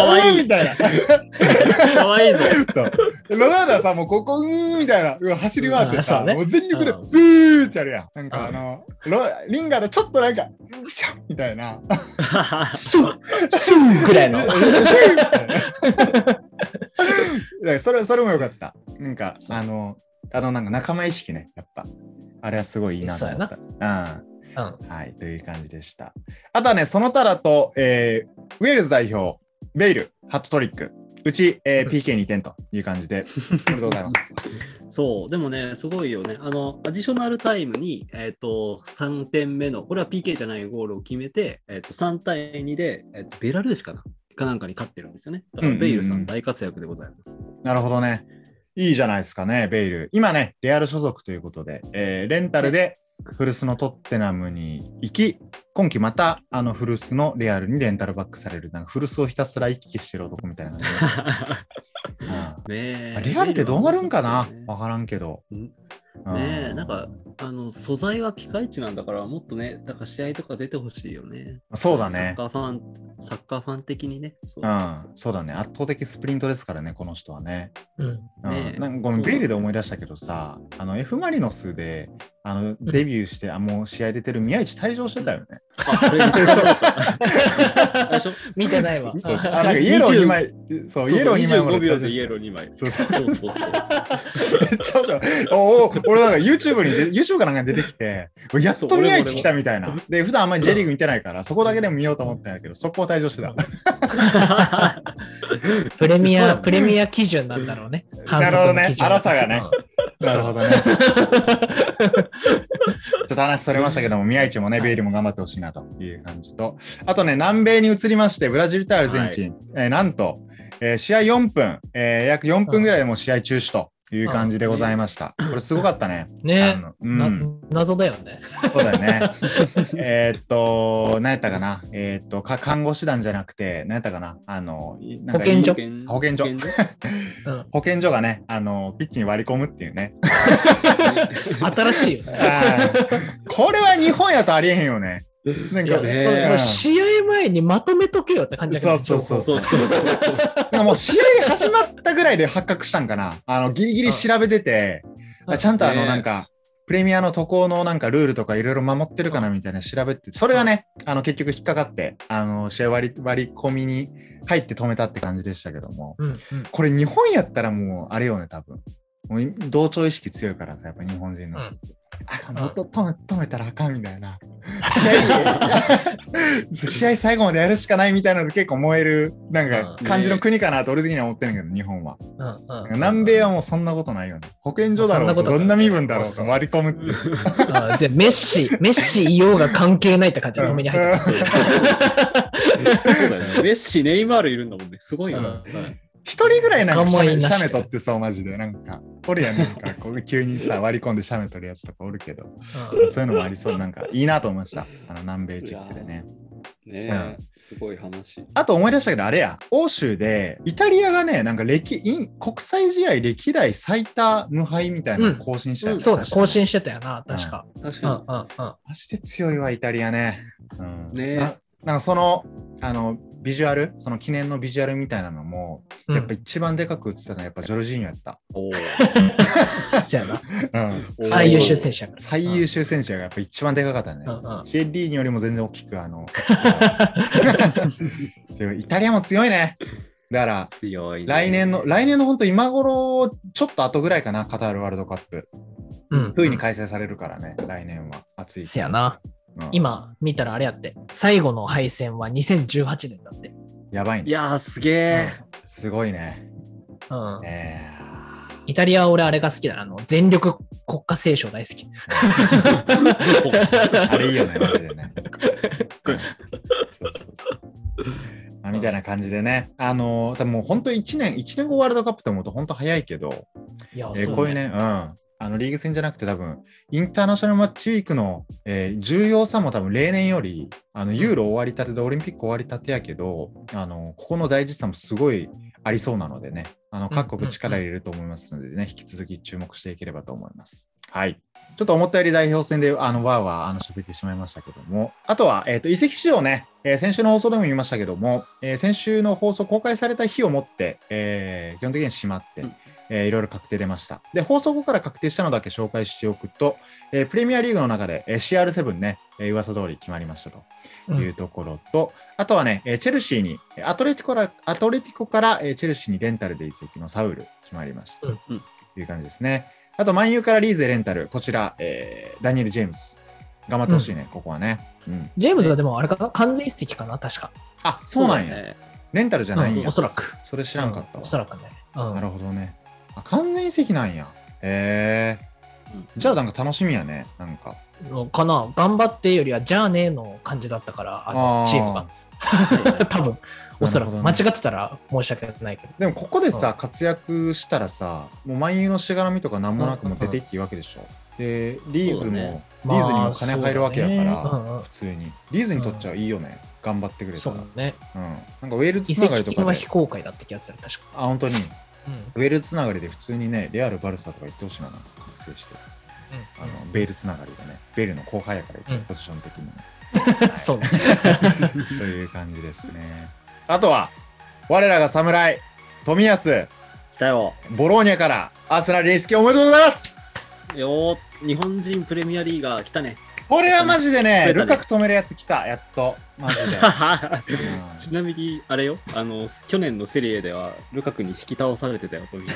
Speaker 4: わいい。
Speaker 3: [laughs] みたいな。
Speaker 4: かわいいぞ。
Speaker 3: そう。ロナウドはさ、もうここ、うーんみたいな、うわ走り回って
Speaker 1: う
Speaker 3: さ、
Speaker 1: んそうね
Speaker 3: もう全力で
Speaker 1: うん
Speaker 3: ズーってやるやん。なんかあ
Speaker 1: うん
Speaker 3: の、ロリンガードちょっとなんか、よいしょみたいな。
Speaker 1: スンスンぐ
Speaker 3: [laughs]
Speaker 1: らいの。
Speaker 3: でそれ、それもよかった。なんか、あの、あの、なんか仲間意識ね、やっぱ。あれはすごいいいなと思った。うん。
Speaker 1: うん
Speaker 3: はい、という感じでした。あとはね、その他だと、えーウェールズ代表、ベイル、ハットトリック。うち、えー、
Speaker 1: うん
Speaker 4: [laughs]
Speaker 3: PK2 点という感じで、おめでとうございます。
Speaker 4: そう、でもね、すごいよね。あの、アディショナルタイムに、えっ、と、3点目の、これは PK じゃないゴールを決めて、えっ、と、3対2で、えっ、と、ベラルーシかなかなんかに勝ってるんですよね。だか
Speaker 3: うん
Speaker 4: ら、
Speaker 3: うんうん
Speaker 4: ベイルさん大活躍でございます。 [laughs]
Speaker 3: なるほどね。いいじゃないですかね、ベイル。今ね、レアル所属ということで、えーレンタルで古巣のトッテナムに行き、今季またあの古巣のレアルにレンタルバックされる、なんか古巣をひたすら行き来してる男みたいな感じ
Speaker 4: ね [laughs]
Speaker 3: うん
Speaker 4: え
Speaker 3: レアルってどうなるんかな
Speaker 4: ベイルは
Speaker 3: わからんけど。
Speaker 4: うん
Speaker 3: うん
Speaker 4: ねえなんかあの素材はピカイチなんだからもっとねだから試合とか出てほしいよね
Speaker 3: そうだ
Speaker 4: サッ
Speaker 3: ね
Speaker 4: カーファンサッカーファン的にねそう
Speaker 3: うん、そうだね。圧倒的スプリントですからね、この人はね。
Speaker 1: うん。
Speaker 3: うん
Speaker 4: ねえ
Speaker 3: なんかごめ
Speaker 4: そ
Speaker 3: ん
Speaker 4: うだ
Speaker 3: ベイルで思い出したけどさ、あの F ・マリノスであのデビューして、あもう試合出てる宮市退場してたよね。
Speaker 4: あこれ言ってなかった
Speaker 3: [laughs]
Speaker 4: でしょ
Speaker 1: 見てないわ。
Speaker 3: そうそうあなんかイエロー2枚、そう、イエロー2枚も
Speaker 4: 25
Speaker 3: らって
Speaker 4: 秒で
Speaker 3: [laughs]
Speaker 4: イエロー2枚
Speaker 3: そうそ
Speaker 4: そうそうそう
Speaker 3: そうそうおお俺なんか YouTube にで、YouTube かなんかに出てきて、やっと宮市来たみたいな。で、普段あんまり J リーグ見てないから、そこだけでも見ようと思ったんだけど、そこを退場してた。
Speaker 1: プレミ
Speaker 4: そう
Speaker 1: ア、
Speaker 4: だ
Speaker 1: プレミア基準なんだろうね。
Speaker 3: なるほどね。
Speaker 1: ら
Speaker 3: 荒さがね。 [laughs] なるほどね。ちょっと話それましたけども、宮市もね、ベイルも頑張ってほしいなという感じと、あとね、南米に移りまして、ブラジル対アルゼンチン、えーなんと、えー試合4分、えー約4分ぐらいでもう試合中止という感じでございました。これすごかったね。あ
Speaker 1: ね。
Speaker 3: のう、
Speaker 1: なん謎だよね。
Speaker 3: そうだよ [laughs] ね。えーっと、何やったかな、えーっとか、看護師団じゃなくて、何やったかな、あの、いなんか
Speaker 1: 保健所
Speaker 3: 保健所
Speaker 1: うん
Speaker 3: 保健所がね、あの、ピッチに割り込むっていうね。
Speaker 1: 新しいよね。
Speaker 3: はい [laughs] これは日本やとありえへんよね。なん
Speaker 1: い
Speaker 3: か
Speaker 1: や
Speaker 3: そ
Speaker 4: ね
Speaker 3: れうん
Speaker 1: もう試合前にまとめとけよって感じだけど、
Speaker 3: そうそう
Speaker 4: [laughs] そうそうそうそう
Speaker 3: なんかもう試合始まったぐらいで発覚したんかな。あのギリギリ調べてて、
Speaker 1: うん
Speaker 3: あちゃんとあの
Speaker 4: ね
Speaker 3: なんか、プレミアの渡航のなんかルールとかいろいろ守ってるかなみたいな調べて、それがね、あの結局引っかかって、あの試合割り割り込みに入って止めたって感じでしたけども、
Speaker 1: うんうん
Speaker 3: これ日本やったらもうあれよね、多分。もうい同調意識強いからさ、やっぱ日本人の人って。あかん、もっと止め止めたらあかんみたいな。 [laughs] 試合最後までやるしかないみたいなので結構燃えるなんか感じの国かなと俺的には思ってるんだけど日本は
Speaker 1: うんうん
Speaker 3: 南米はもうそんなことないよね保健所だろう
Speaker 1: そんな
Speaker 3: と
Speaker 1: ことない
Speaker 3: どんな身分だろう
Speaker 1: そう
Speaker 3: と
Speaker 1: そう
Speaker 3: 割り込むっていう
Speaker 1: あじゃあメッシ、メッシいようが関係ないって感じで止めに入って
Speaker 3: うん
Speaker 4: だよねメッシネイマールいるんだもんねすごいよねはい
Speaker 3: [laughs] 一人ぐらいなんかシ
Speaker 1: 我慢
Speaker 3: ャメ
Speaker 1: なし
Speaker 3: シャメ取ってそうマジでなんか俺やんなんかこう急にさ割り込んでシャメ取るやつとかおるけど
Speaker 1: た。うん
Speaker 3: そういうのもありそうなんかいいなと思いましたあの南米チェックでね
Speaker 4: ねえすごい話
Speaker 3: あと思い出したけど、あれや、欧州で、イタリアがね、なんか歴、イン国際試合歴代最多無敗みたいなの更新したよね、
Speaker 4: うん
Speaker 1: そうだ、更
Speaker 3: 確
Speaker 1: 新してたよな、確か。
Speaker 4: 確
Speaker 1: うんう
Speaker 4: か
Speaker 1: んうん。
Speaker 3: か。マジで強いわ、イタリアね。うん、
Speaker 4: ね
Speaker 3: ななんかその、あの、ビジュアル、その記念のビジュアルみたいなのも、
Speaker 1: うん
Speaker 3: やっぱ一番でかく映ってたのは、やっぱジョルジーニョやった。
Speaker 4: に
Speaker 1: そうやな。
Speaker 3: うん、
Speaker 4: おー
Speaker 1: 最優秀選手やから。
Speaker 3: 最優秀選手がやっぱ一番でかかったね。
Speaker 1: うんうん
Speaker 3: ケリーニよりも全然大きく、
Speaker 1: [laughs]
Speaker 3: あの、でもイタリアも強いね。だから、
Speaker 4: 強いね
Speaker 3: 来年の、来年の本当今頃、ちょっと後ぐらいかな、カタールワールドカップ。
Speaker 1: うん。
Speaker 3: 冬に開催されるからね、来年は。暑い。
Speaker 1: せやな。
Speaker 3: うん。
Speaker 1: 今見たらあれやって、最後の敗戦は2018年だって。
Speaker 3: やばい
Speaker 4: い
Speaker 3: ね。
Speaker 4: やーすげえ
Speaker 3: すごいね。
Speaker 1: うん。
Speaker 3: え
Speaker 1: イタリアは俺あれが好きだな。あの、全力国家斉唱大好
Speaker 3: [laughs]
Speaker 1: き。
Speaker 3: えあれいいよね、マジで
Speaker 1: [laughs]
Speaker 3: ね。うんそうそうそう。まあ、みたいな感じでね、あのー、多分もう本当1年、1年後ワールドカップと思うと本当早いけど、
Speaker 1: いや、
Speaker 3: えー
Speaker 1: そ
Speaker 3: こういうね、うん。あのリーグ戦じゃなくて多分、インターナショナルマッチウィークの、えー重要さも多分例年より、あのユーロ終わりたてでオリンピック終わりたてやけど、あのここの大事さもすごいありそうなのでね、あの各国力入れると思いますのでね、引き続き注目していければと思います。はい。ちょっと思ったより代表戦で、あの、わーわー、あの、喋ってしまいましたけども。あとは、えっ、と、移籍市場ね、えー先週の放送でも言いましたけども、えー先週の放送公開された日をもって、えー基本的に閉まって、
Speaker 4: うん
Speaker 3: えーいろいろ確定出ました。で、放送後から確定したのだけ紹介しておくと、えープレミアリーグの中で、えー CR7 ね、えー噂通り決まりましたと。
Speaker 1: うん
Speaker 3: いうところと、あとはね、えーチェルシーに、えーアトレティコから、アトレティコからえーチェルシーにレンタルで移籍のサウル決まりました。
Speaker 1: うん
Speaker 4: うん
Speaker 3: という感じですね。あと、マンユーからリーゼレンタル、こちら、えーダニエル・ジェームス。頑張ってほしいね、ここはね。うん。
Speaker 1: ジェームズはでもあれかな完全移籍かな確か。
Speaker 3: あ、そうなんや。
Speaker 4: ね
Speaker 3: レンタルじゃないん
Speaker 1: う
Speaker 3: や。
Speaker 1: んおそらく。
Speaker 3: それ知らんかったわ。
Speaker 1: おそらくね。うん
Speaker 3: なるほどね。あ、完全移籍なんや。えー、じゃあなんか楽しみやね、なんか。
Speaker 1: のかな頑張ってよりは、じゃあねーの感じだったから、あの
Speaker 3: あー
Speaker 1: チームが。 [laughs] 多分おそらく、
Speaker 3: なるほ
Speaker 1: 間
Speaker 3: ど
Speaker 1: 違
Speaker 3: ね
Speaker 1: ってたら申し訳ないけど。
Speaker 3: でもここでさ、活躍したらさ、もう万有のしがらみとかなんもなくもう出ていっていいわけでしょ。で、リーズ
Speaker 4: そ
Speaker 3: も、
Speaker 4: うだね
Speaker 3: リーズにも金入るわけやから、
Speaker 1: まあそうだねうんうん
Speaker 3: 普通に。リーズにとっちゃいいよね、頑張ってくれた
Speaker 1: そ
Speaker 3: ら。
Speaker 1: う
Speaker 3: う
Speaker 1: だ
Speaker 3: ん。
Speaker 1: ね。
Speaker 3: なんかウェールズ
Speaker 1: 移
Speaker 3: つながり
Speaker 1: 籍
Speaker 3: と
Speaker 1: 金
Speaker 3: か
Speaker 1: は
Speaker 3: で
Speaker 1: 非、公開だった気がする、確か。
Speaker 3: あ、本当に。
Speaker 1: うん
Speaker 3: ウェールズつながりで普通にね、レアル・バルサとか行ってほしいな、なんか覚醒して。あのベールつながりでね、ベールの後輩やから、一応
Speaker 1: うん
Speaker 3: ポジション的にね、
Speaker 1: うんそうね。
Speaker 3: という感じですね。あとは、我らが侍、冨安、
Speaker 4: 来たよ。
Speaker 3: ボローニャからアーセナル移籍おめでとうございます
Speaker 4: よー日本人プレミアリーガー来
Speaker 1: [laughs]
Speaker 4: たね。
Speaker 3: これはマジでね、
Speaker 4: 増えたね
Speaker 3: ルカク止めるやつ来た、やっと。マジで。
Speaker 4: [laughs]
Speaker 3: うん
Speaker 4: ちなみに、あれよ、あの、去年のセリエでは、ルカクに引き倒されてたよ、富安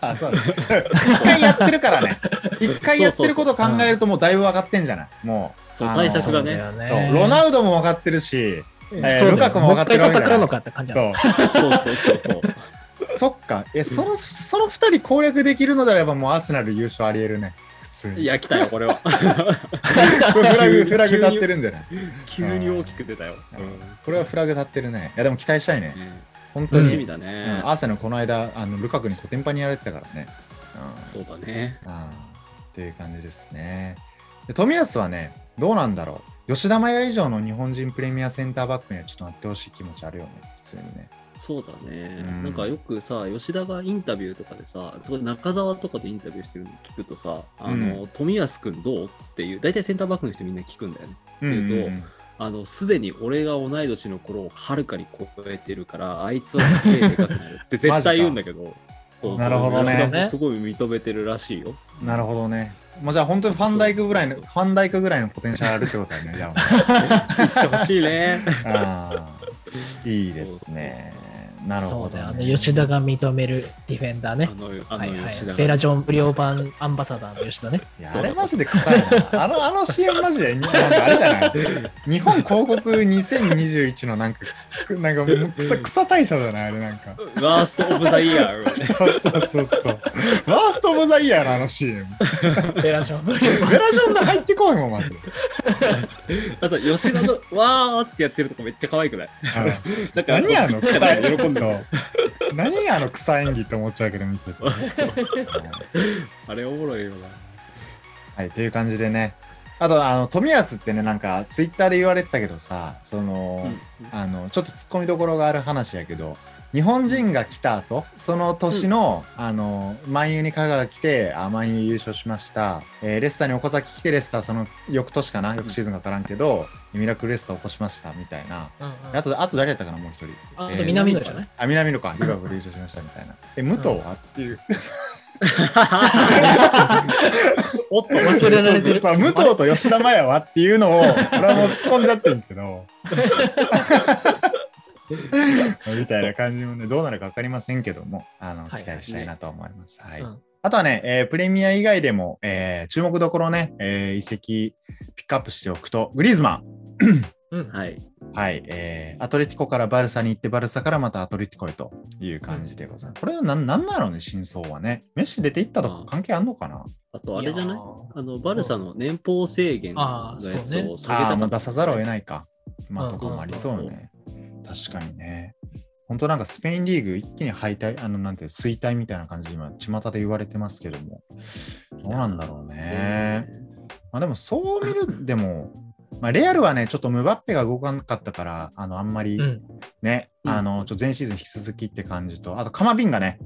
Speaker 3: あそうだね一回やってるからね。一回やってることを考えるともうだいぶ分かってんじゃないもう。
Speaker 4: そう
Speaker 3: あの
Speaker 4: 対策がね
Speaker 1: そうだ
Speaker 3: そ
Speaker 1: よ
Speaker 3: う、ロナウドも分かってるし、
Speaker 1: そう
Speaker 3: えー
Speaker 1: だよ
Speaker 3: ルカクも分かってる
Speaker 1: も
Speaker 3: わ
Speaker 1: う
Speaker 3: け
Speaker 1: 一回戦
Speaker 3: だから
Speaker 1: うのかって感じだ
Speaker 3: そう。
Speaker 4: そうそうそうそう。
Speaker 3: そっか。え、その、その二人攻略できるのであればもうアーセナル優勝あり得るね。普通に。
Speaker 4: いや、来たよ、これは。
Speaker 3: こ [laughs] れフラグ、フラグ立ってるんじゃない
Speaker 4: 急に大きく出たよ。
Speaker 3: これはフラグ立ってるね。いや、でも期待したいね。
Speaker 4: ね
Speaker 3: 本当
Speaker 4: 楽しみ
Speaker 3: に。
Speaker 4: だ
Speaker 3: う
Speaker 4: ね
Speaker 3: ん、。アーセナルこの間、あの、ルカクにコテンパにやられてたからね。うん
Speaker 4: そうだね。
Speaker 3: あーという感じですね。で冨安はね、どうなんだろう。吉田麻也以上の日本人プレミアセンターバックにはちょっとなってほしい気持ちあるよね、普通にね。
Speaker 4: そうだね、
Speaker 3: うん
Speaker 4: なんかよくさ、吉田がインタビューとかでさ、すごい中澤とかでインタビューしてるの聞くとさ、あの、冨安くんどうっていう、大体センターバックの人みんな聞くんだよね。
Speaker 3: うん
Speaker 4: うんうん
Speaker 3: ん
Speaker 4: あの、すでに俺が同い年の頃をはるかに超えてるから、あいつはすげえでかくなるって絶対言うんだけど、そうそう
Speaker 3: なるほどね
Speaker 4: 吉田もすごい認めてるらしいよ。
Speaker 3: うんなるほどね。もうじゃあ本当にファンダイクぐらいの、
Speaker 4: そうそう
Speaker 3: ファンダイクぐらいのポテンシャルあるってこと [laughs] だね。じゃ
Speaker 4: 言ってほしいね。
Speaker 3: ああーいいですね。なる
Speaker 1: そ
Speaker 3: ほ
Speaker 1: う
Speaker 3: ど、
Speaker 1: だ
Speaker 3: ね。
Speaker 1: よ。あの吉田が認めるディフェンダー
Speaker 4: あ
Speaker 1: ね。
Speaker 4: の、あ
Speaker 1: はい
Speaker 4: の
Speaker 1: は
Speaker 4: 吉田
Speaker 1: い。
Speaker 4: が。
Speaker 1: ベラジョン無料版アンバサダーの吉田
Speaker 3: [laughs]
Speaker 1: ね。
Speaker 3: いやあれマジで臭いな。あの、あの CM マジで、なんかあれじゃない日本広告2021のなんか、なんかもう草、草大賞じゃないあれなんか。
Speaker 4: ワーストオブザイヤー。
Speaker 3: そうそうそうそう。ワースト・オブ・ザ・イヤーのあの CM。
Speaker 1: ベラジョン無料版。
Speaker 3: ベラジョンの入ってこいもん、まず。
Speaker 4: あそう
Speaker 1: [laughs]
Speaker 4: 吉田のわーってやってるとこめっちゃ可愛くないなんか
Speaker 3: 何やあの
Speaker 4: 来た
Speaker 3: 臭
Speaker 4: ら
Speaker 3: い
Speaker 4: 喜んで
Speaker 3: そ
Speaker 4: る
Speaker 3: う何やあの臭い演技って思っちゃうけど見てて。
Speaker 4: あれおもろいよな。
Speaker 3: はい、という感じでね。あと、あの、富安ってね、なんか、ツイッターで言われてたけどさ、その、あの、ちょっと突っ込みどころがある話やけど、日本人が来た後、その年の、あの、万有に香川が来て、あ、万有優勝しました。えーレスターに岡崎来て、レスターその翌年かな、翌シーズンが足らんけど、ミラクルレスター起こしました、みたいな。
Speaker 1: うんうん
Speaker 3: あと、あと誰やったかな、もう一人。
Speaker 1: あ
Speaker 3: え
Speaker 1: と
Speaker 3: ー
Speaker 1: 南野じゃない
Speaker 3: あ、南野か、リバプール優勝しました、みたいな。え、武藤はっていう。
Speaker 4: [laughs] おっと
Speaker 1: 忘れられてる
Speaker 3: そうそうそう武藤と吉田麻也はっていうのを、俺はもう突っ込んじゃってんけど。 [laughs] みたいな感じもね、どうなるか分かりませんけども、あの、
Speaker 1: はい
Speaker 3: 期待したいなと思います。はい。
Speaker 1: うん
Speaker 3: あとはね、えープレミア以外でも、えー注目どころね、えー移籍ピックアップしておくと、グリーズマン。
Speaker 1: うん
Speaker 4: はい。
Speaker 3: はい、えーアトレティコからバルサに行って、バルサからまたアトレティコへという感じでございます。これはなんなんなのね、真相はね。メッシ出て行ったとか関係あんのかな
Speaker 4: あとあれじゃない
Speaker 1: い
Speaker 4: あの、バルサの年俸制限のやつを下げた
Speaker 3: ああー、
Speaker 4: か
Speaker 3: も
Speaker 4: っ
Speaker 3: う
Speaker 4: た
Speaker 3: 出さざるを得ないか。まあ、
Speaker 1: うん
Speaker 3: とかもありそうね。確かにね。本当なんかスペインリーグ一気に敗退、あの、なんていう、衰退みたいな感じで今、巷で言われてますけども。どうなんだろうね。まあでも、そう見る、でも、 [laughs] まあ、レアルはね、ちょっとムバッペが動かなかったから、あの、あんまり
Speaker 1: うん
Speaker 3: ね、
Speaker 4: うん
Speaker 3: あの、ちょっと前シーズン引き続きって感じと、あと、カマビンガね。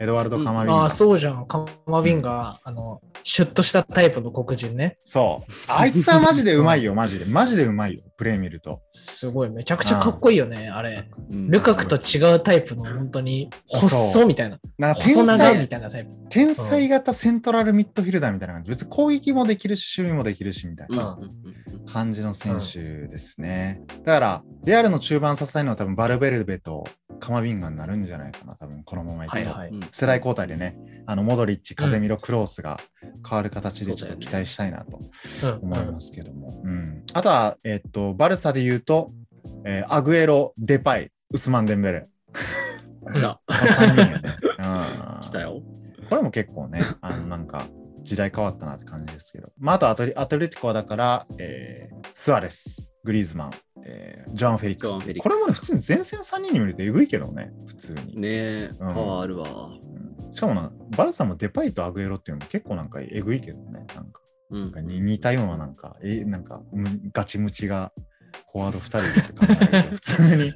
Speaker 3: エドワルド・カマビン
Speaker 1: あ
Speaker 3: ガ。
Speaker 1: あ、そうじゃん。カマビンが、あの、シュッとしたタイプの黒人ね。
Speaker 3: そう。あいつはマジでうまいよ、マジで。マジでうまいよ、プレー見ると。
Speaker 1: すごい、めちゃくちゃかっこいいよね、あれ。
Speaker 4: うん
Speaker 1: ルカクと違うタイプの、本当に、
Speaker 3: そ
Speaker 1: 細
Speaker 3: う
Speaker 1: みたいな。
Speaker 3: なんか天
Speaker 1: 細長
Speaker 3: 才
Speaker 1: みたいなタイプ。うん
Speaker 3: 天才型セントラルミッドフィルダーみたいな感じ。別に攻撃もできるし、守備もできるし、みたい
Speaker 4: うんう
Speaker 3: なん感じの選手ですね。だから、レアルの中盤支えるのは多分バルベルベとカマビンガになるんじゃないかな、多分このままいくと。
Speaker 1: はいは
Speaker 4: う
Speaker 1: い。
Speaker 4: ん
Speaker 3: 世代交代でね、あのモドリッチ、カゼミロ、クロースが変わる形でちょっと期待したいなと
Speaker 1: うん
Speaker 3: 思
Speaker 1: う
Speaker 3: い
Speaker 1: ん
Speaker 3: ますけども。うんあとは、えっと、バルサで言うと、えーアグエロ、デパイ、ウスマン・デンベレ。
Speaker 4: 来た。
Speaker 1: [laughs]
Speaker 3: この三人やね。うん
Speaker 4: 来たよ。
Speaker 3: これも結
Speaker 4: [laughs]
Speaker 3: 構ね、あのなんか時代変わったなって感じですけど、まあ、あとアトリアトレティコはだから、えースアレス、グリーズマン、えージョアン・フェリック
Speaker 4: ジョアン
Speaker 3: ス
Speaker 4: フェリックス
Speaker 3: これもね、普通に前線3人に見るとえぐいけどね、普通に。
Speaker 4: ねえ、
Speaker 3: うん
Speaker 4: パワーあるわ。
Speaker 3: うんしかもな、バルサもデパイとアグエロっていうのも結構なんかえぐいけどね、なんか
Speaker 4: う
Speaker 3: なんんかに似たようななんか、えなんかむガチムチがフォワード2人でって考え
Speaker 1: [laughs]
Speaker 3: ると、普通に、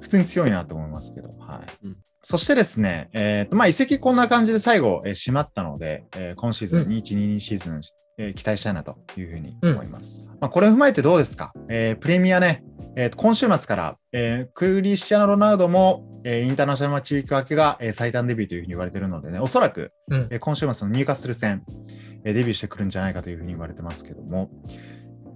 Speaker 3: 普通に強いなと思いますけど、はい。
Speaker 4: うん
Speaker 3: そしてですね、えーとまあ、移籍こんな感じで最後、えー締まったので、えー今シーズン
Speaker 1: うん
Speaker 3: 2122シーズン、えー期待したいなというふうに
Speaker 1: うん
Speaker 3: 思います。まあ、これを踏まえてどうですか、えープレミアね、えーと今週末から、えークリスチャーノ・ロナウドも、えーインターナショナルマッチウィーク明けが、えー最短デビューというふうに言われているのでね、おそらく、
Speaker 1: うん
Speaker 3: えー今週末の入荷する戦、えーデビューしてくるんじゃないかというふうに言われてますけども、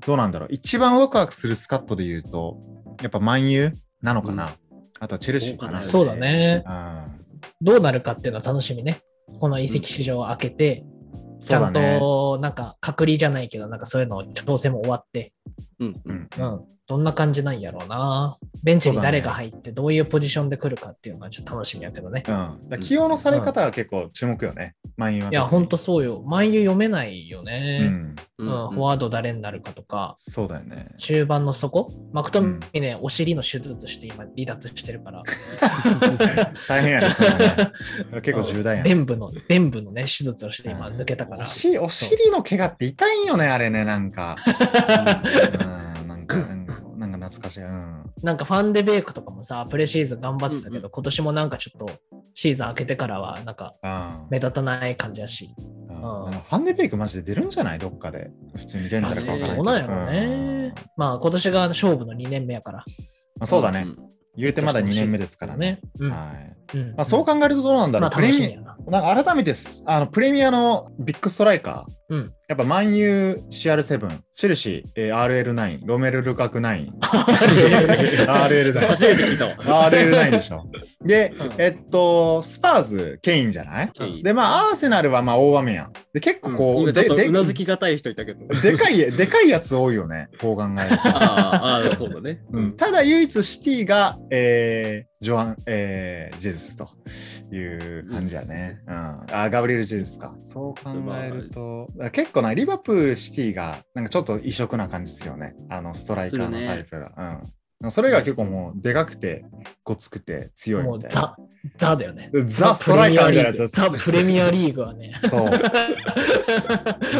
Speaker 3: どうなんだろう一番ワクワクするスカットで言うと、やっぱ万有なのかな、あとはチェルシーかな。
Speaker 1: そうだね。
Speaker 3: うん
Speaker 1: どうなるかっていうのは楽しみね。この移籍市場を開けて、ちゃん
Speaker 3: そうだね
Speaker 1: となんか隔離じゃないけど、なんかそういうの調整も終わって、
Speaker 4: うん
Speaker 3: うん
Speaker 1: うん、どんな感じなんやろうな。ベンチに誰が入って、どういうポジションで来るかっていうのはちょっと楽しみやけどね。
Speaker 3: うん、だから起用のされ方は結構注目よね、満員は。
Speaker 1: いや、ほんとそうよ。万有読めないよ
Speaker 3: う
Speaker 1: ね。
Speaker 3: ん、
Speaker 1: うんフォ
Speaker 4: ー
Speaker 1: ワード誰になるかとか、
Speaker 3: そうだよね。
Speaker 1: 中盤の底、マクトミネ、お尻の手術して今離脱してる
Speaker 3: [laughs]
Speaker 1: から、
Speaker 3: 大変やね、それはねだから結構重大や
Speaker 1: [laughs]
Speaker 3: ね。
Speaker 1: 臀部の、臀部のね、手術をして今抜けたか
Speaker 3: お
Speaker 1: ら。
Speaker 3: 尻お尻の怪我って痛いんよね、あれね、なんか。うん、なんか、なんかなんか懐かしい。うん。
Speaker 1: なんかファンデベイクとかもさ、プレシーズン頑張ってたけど、今年もなんかちょっとシーズン明けてからは、なんか
Speaker 3: あ
Speaker 1: 目立たない感じやし。
Speaker 3: あファンデベイクマジで出るんじゃないどっかで。普通にレンタルかわからない
Speaker 1: どうなんやろうね。まあ今年が勝負の2年目やから。
Speaker 3: まあ、そうだね。。言うてまだ2年目ですからね。。
Speaker 1: うん。
Speaker 3: はい
Speaker 1: うん
Speaker 3: まあ、そう考えるとどうなんだろ
Speaker 1: ま
Speaker 3: う、
Speaker 1: あ
Speaker 3: プレ
Speaker 1: 楽しみ
Speaker 3: ミ
Speaker 1: やな。
Speaker 3: なんか改めてすあのプレミアのビッグストライカー、
Speaker 1: うん
Speaker 3: やっぱ万有 CR7、チェルシー、えー RL9、ロメル・ルカク9、RL9、
Speaker 4: 初めて聞いたわ。
Speaker 3: RL9 でしょ。で、
Speaker 1: うん
Speaker 3: えっと、スパーズ、ケインじゃない
Speaker 4: ケイン
Speaker 3: で、まあ、アーセナルはまあ大雨やん。で、結構こう、
Speaker 4: 今ちょ
Speaker 3: で
Speaker 4: っと
Speaker 3: で
Speaker 4: うなずきがたい人いたけど。
Speaker 3: でかい、でかいやつ多いよね、こう考えると。
Speaker 4: あーあー、そうだね。
Speaker 3: うん、ただ唯一シティが、えージョアン、えージェズスという感じやね。うん、あガブリエル・ジェズスか。そう考えると、だから結構な、リバプール、シティがなんかちょっと異色な感じですよね。あのストライカーのタイプが。うん、それが結構もうでかくて、ごつくて強い
Speaker 1: も
Speaker 3: み
Speaker 1: う
Speaker 3: たい
Speaker 1: ザ
Speaker 3: な。、
Speaker 1: ザだよね。
Speaker 3: ザ・ストライカーみたいなやつです
Speaker 1: ザ・プレミアリーグはね。 [laughs]
Speaker 3: そう。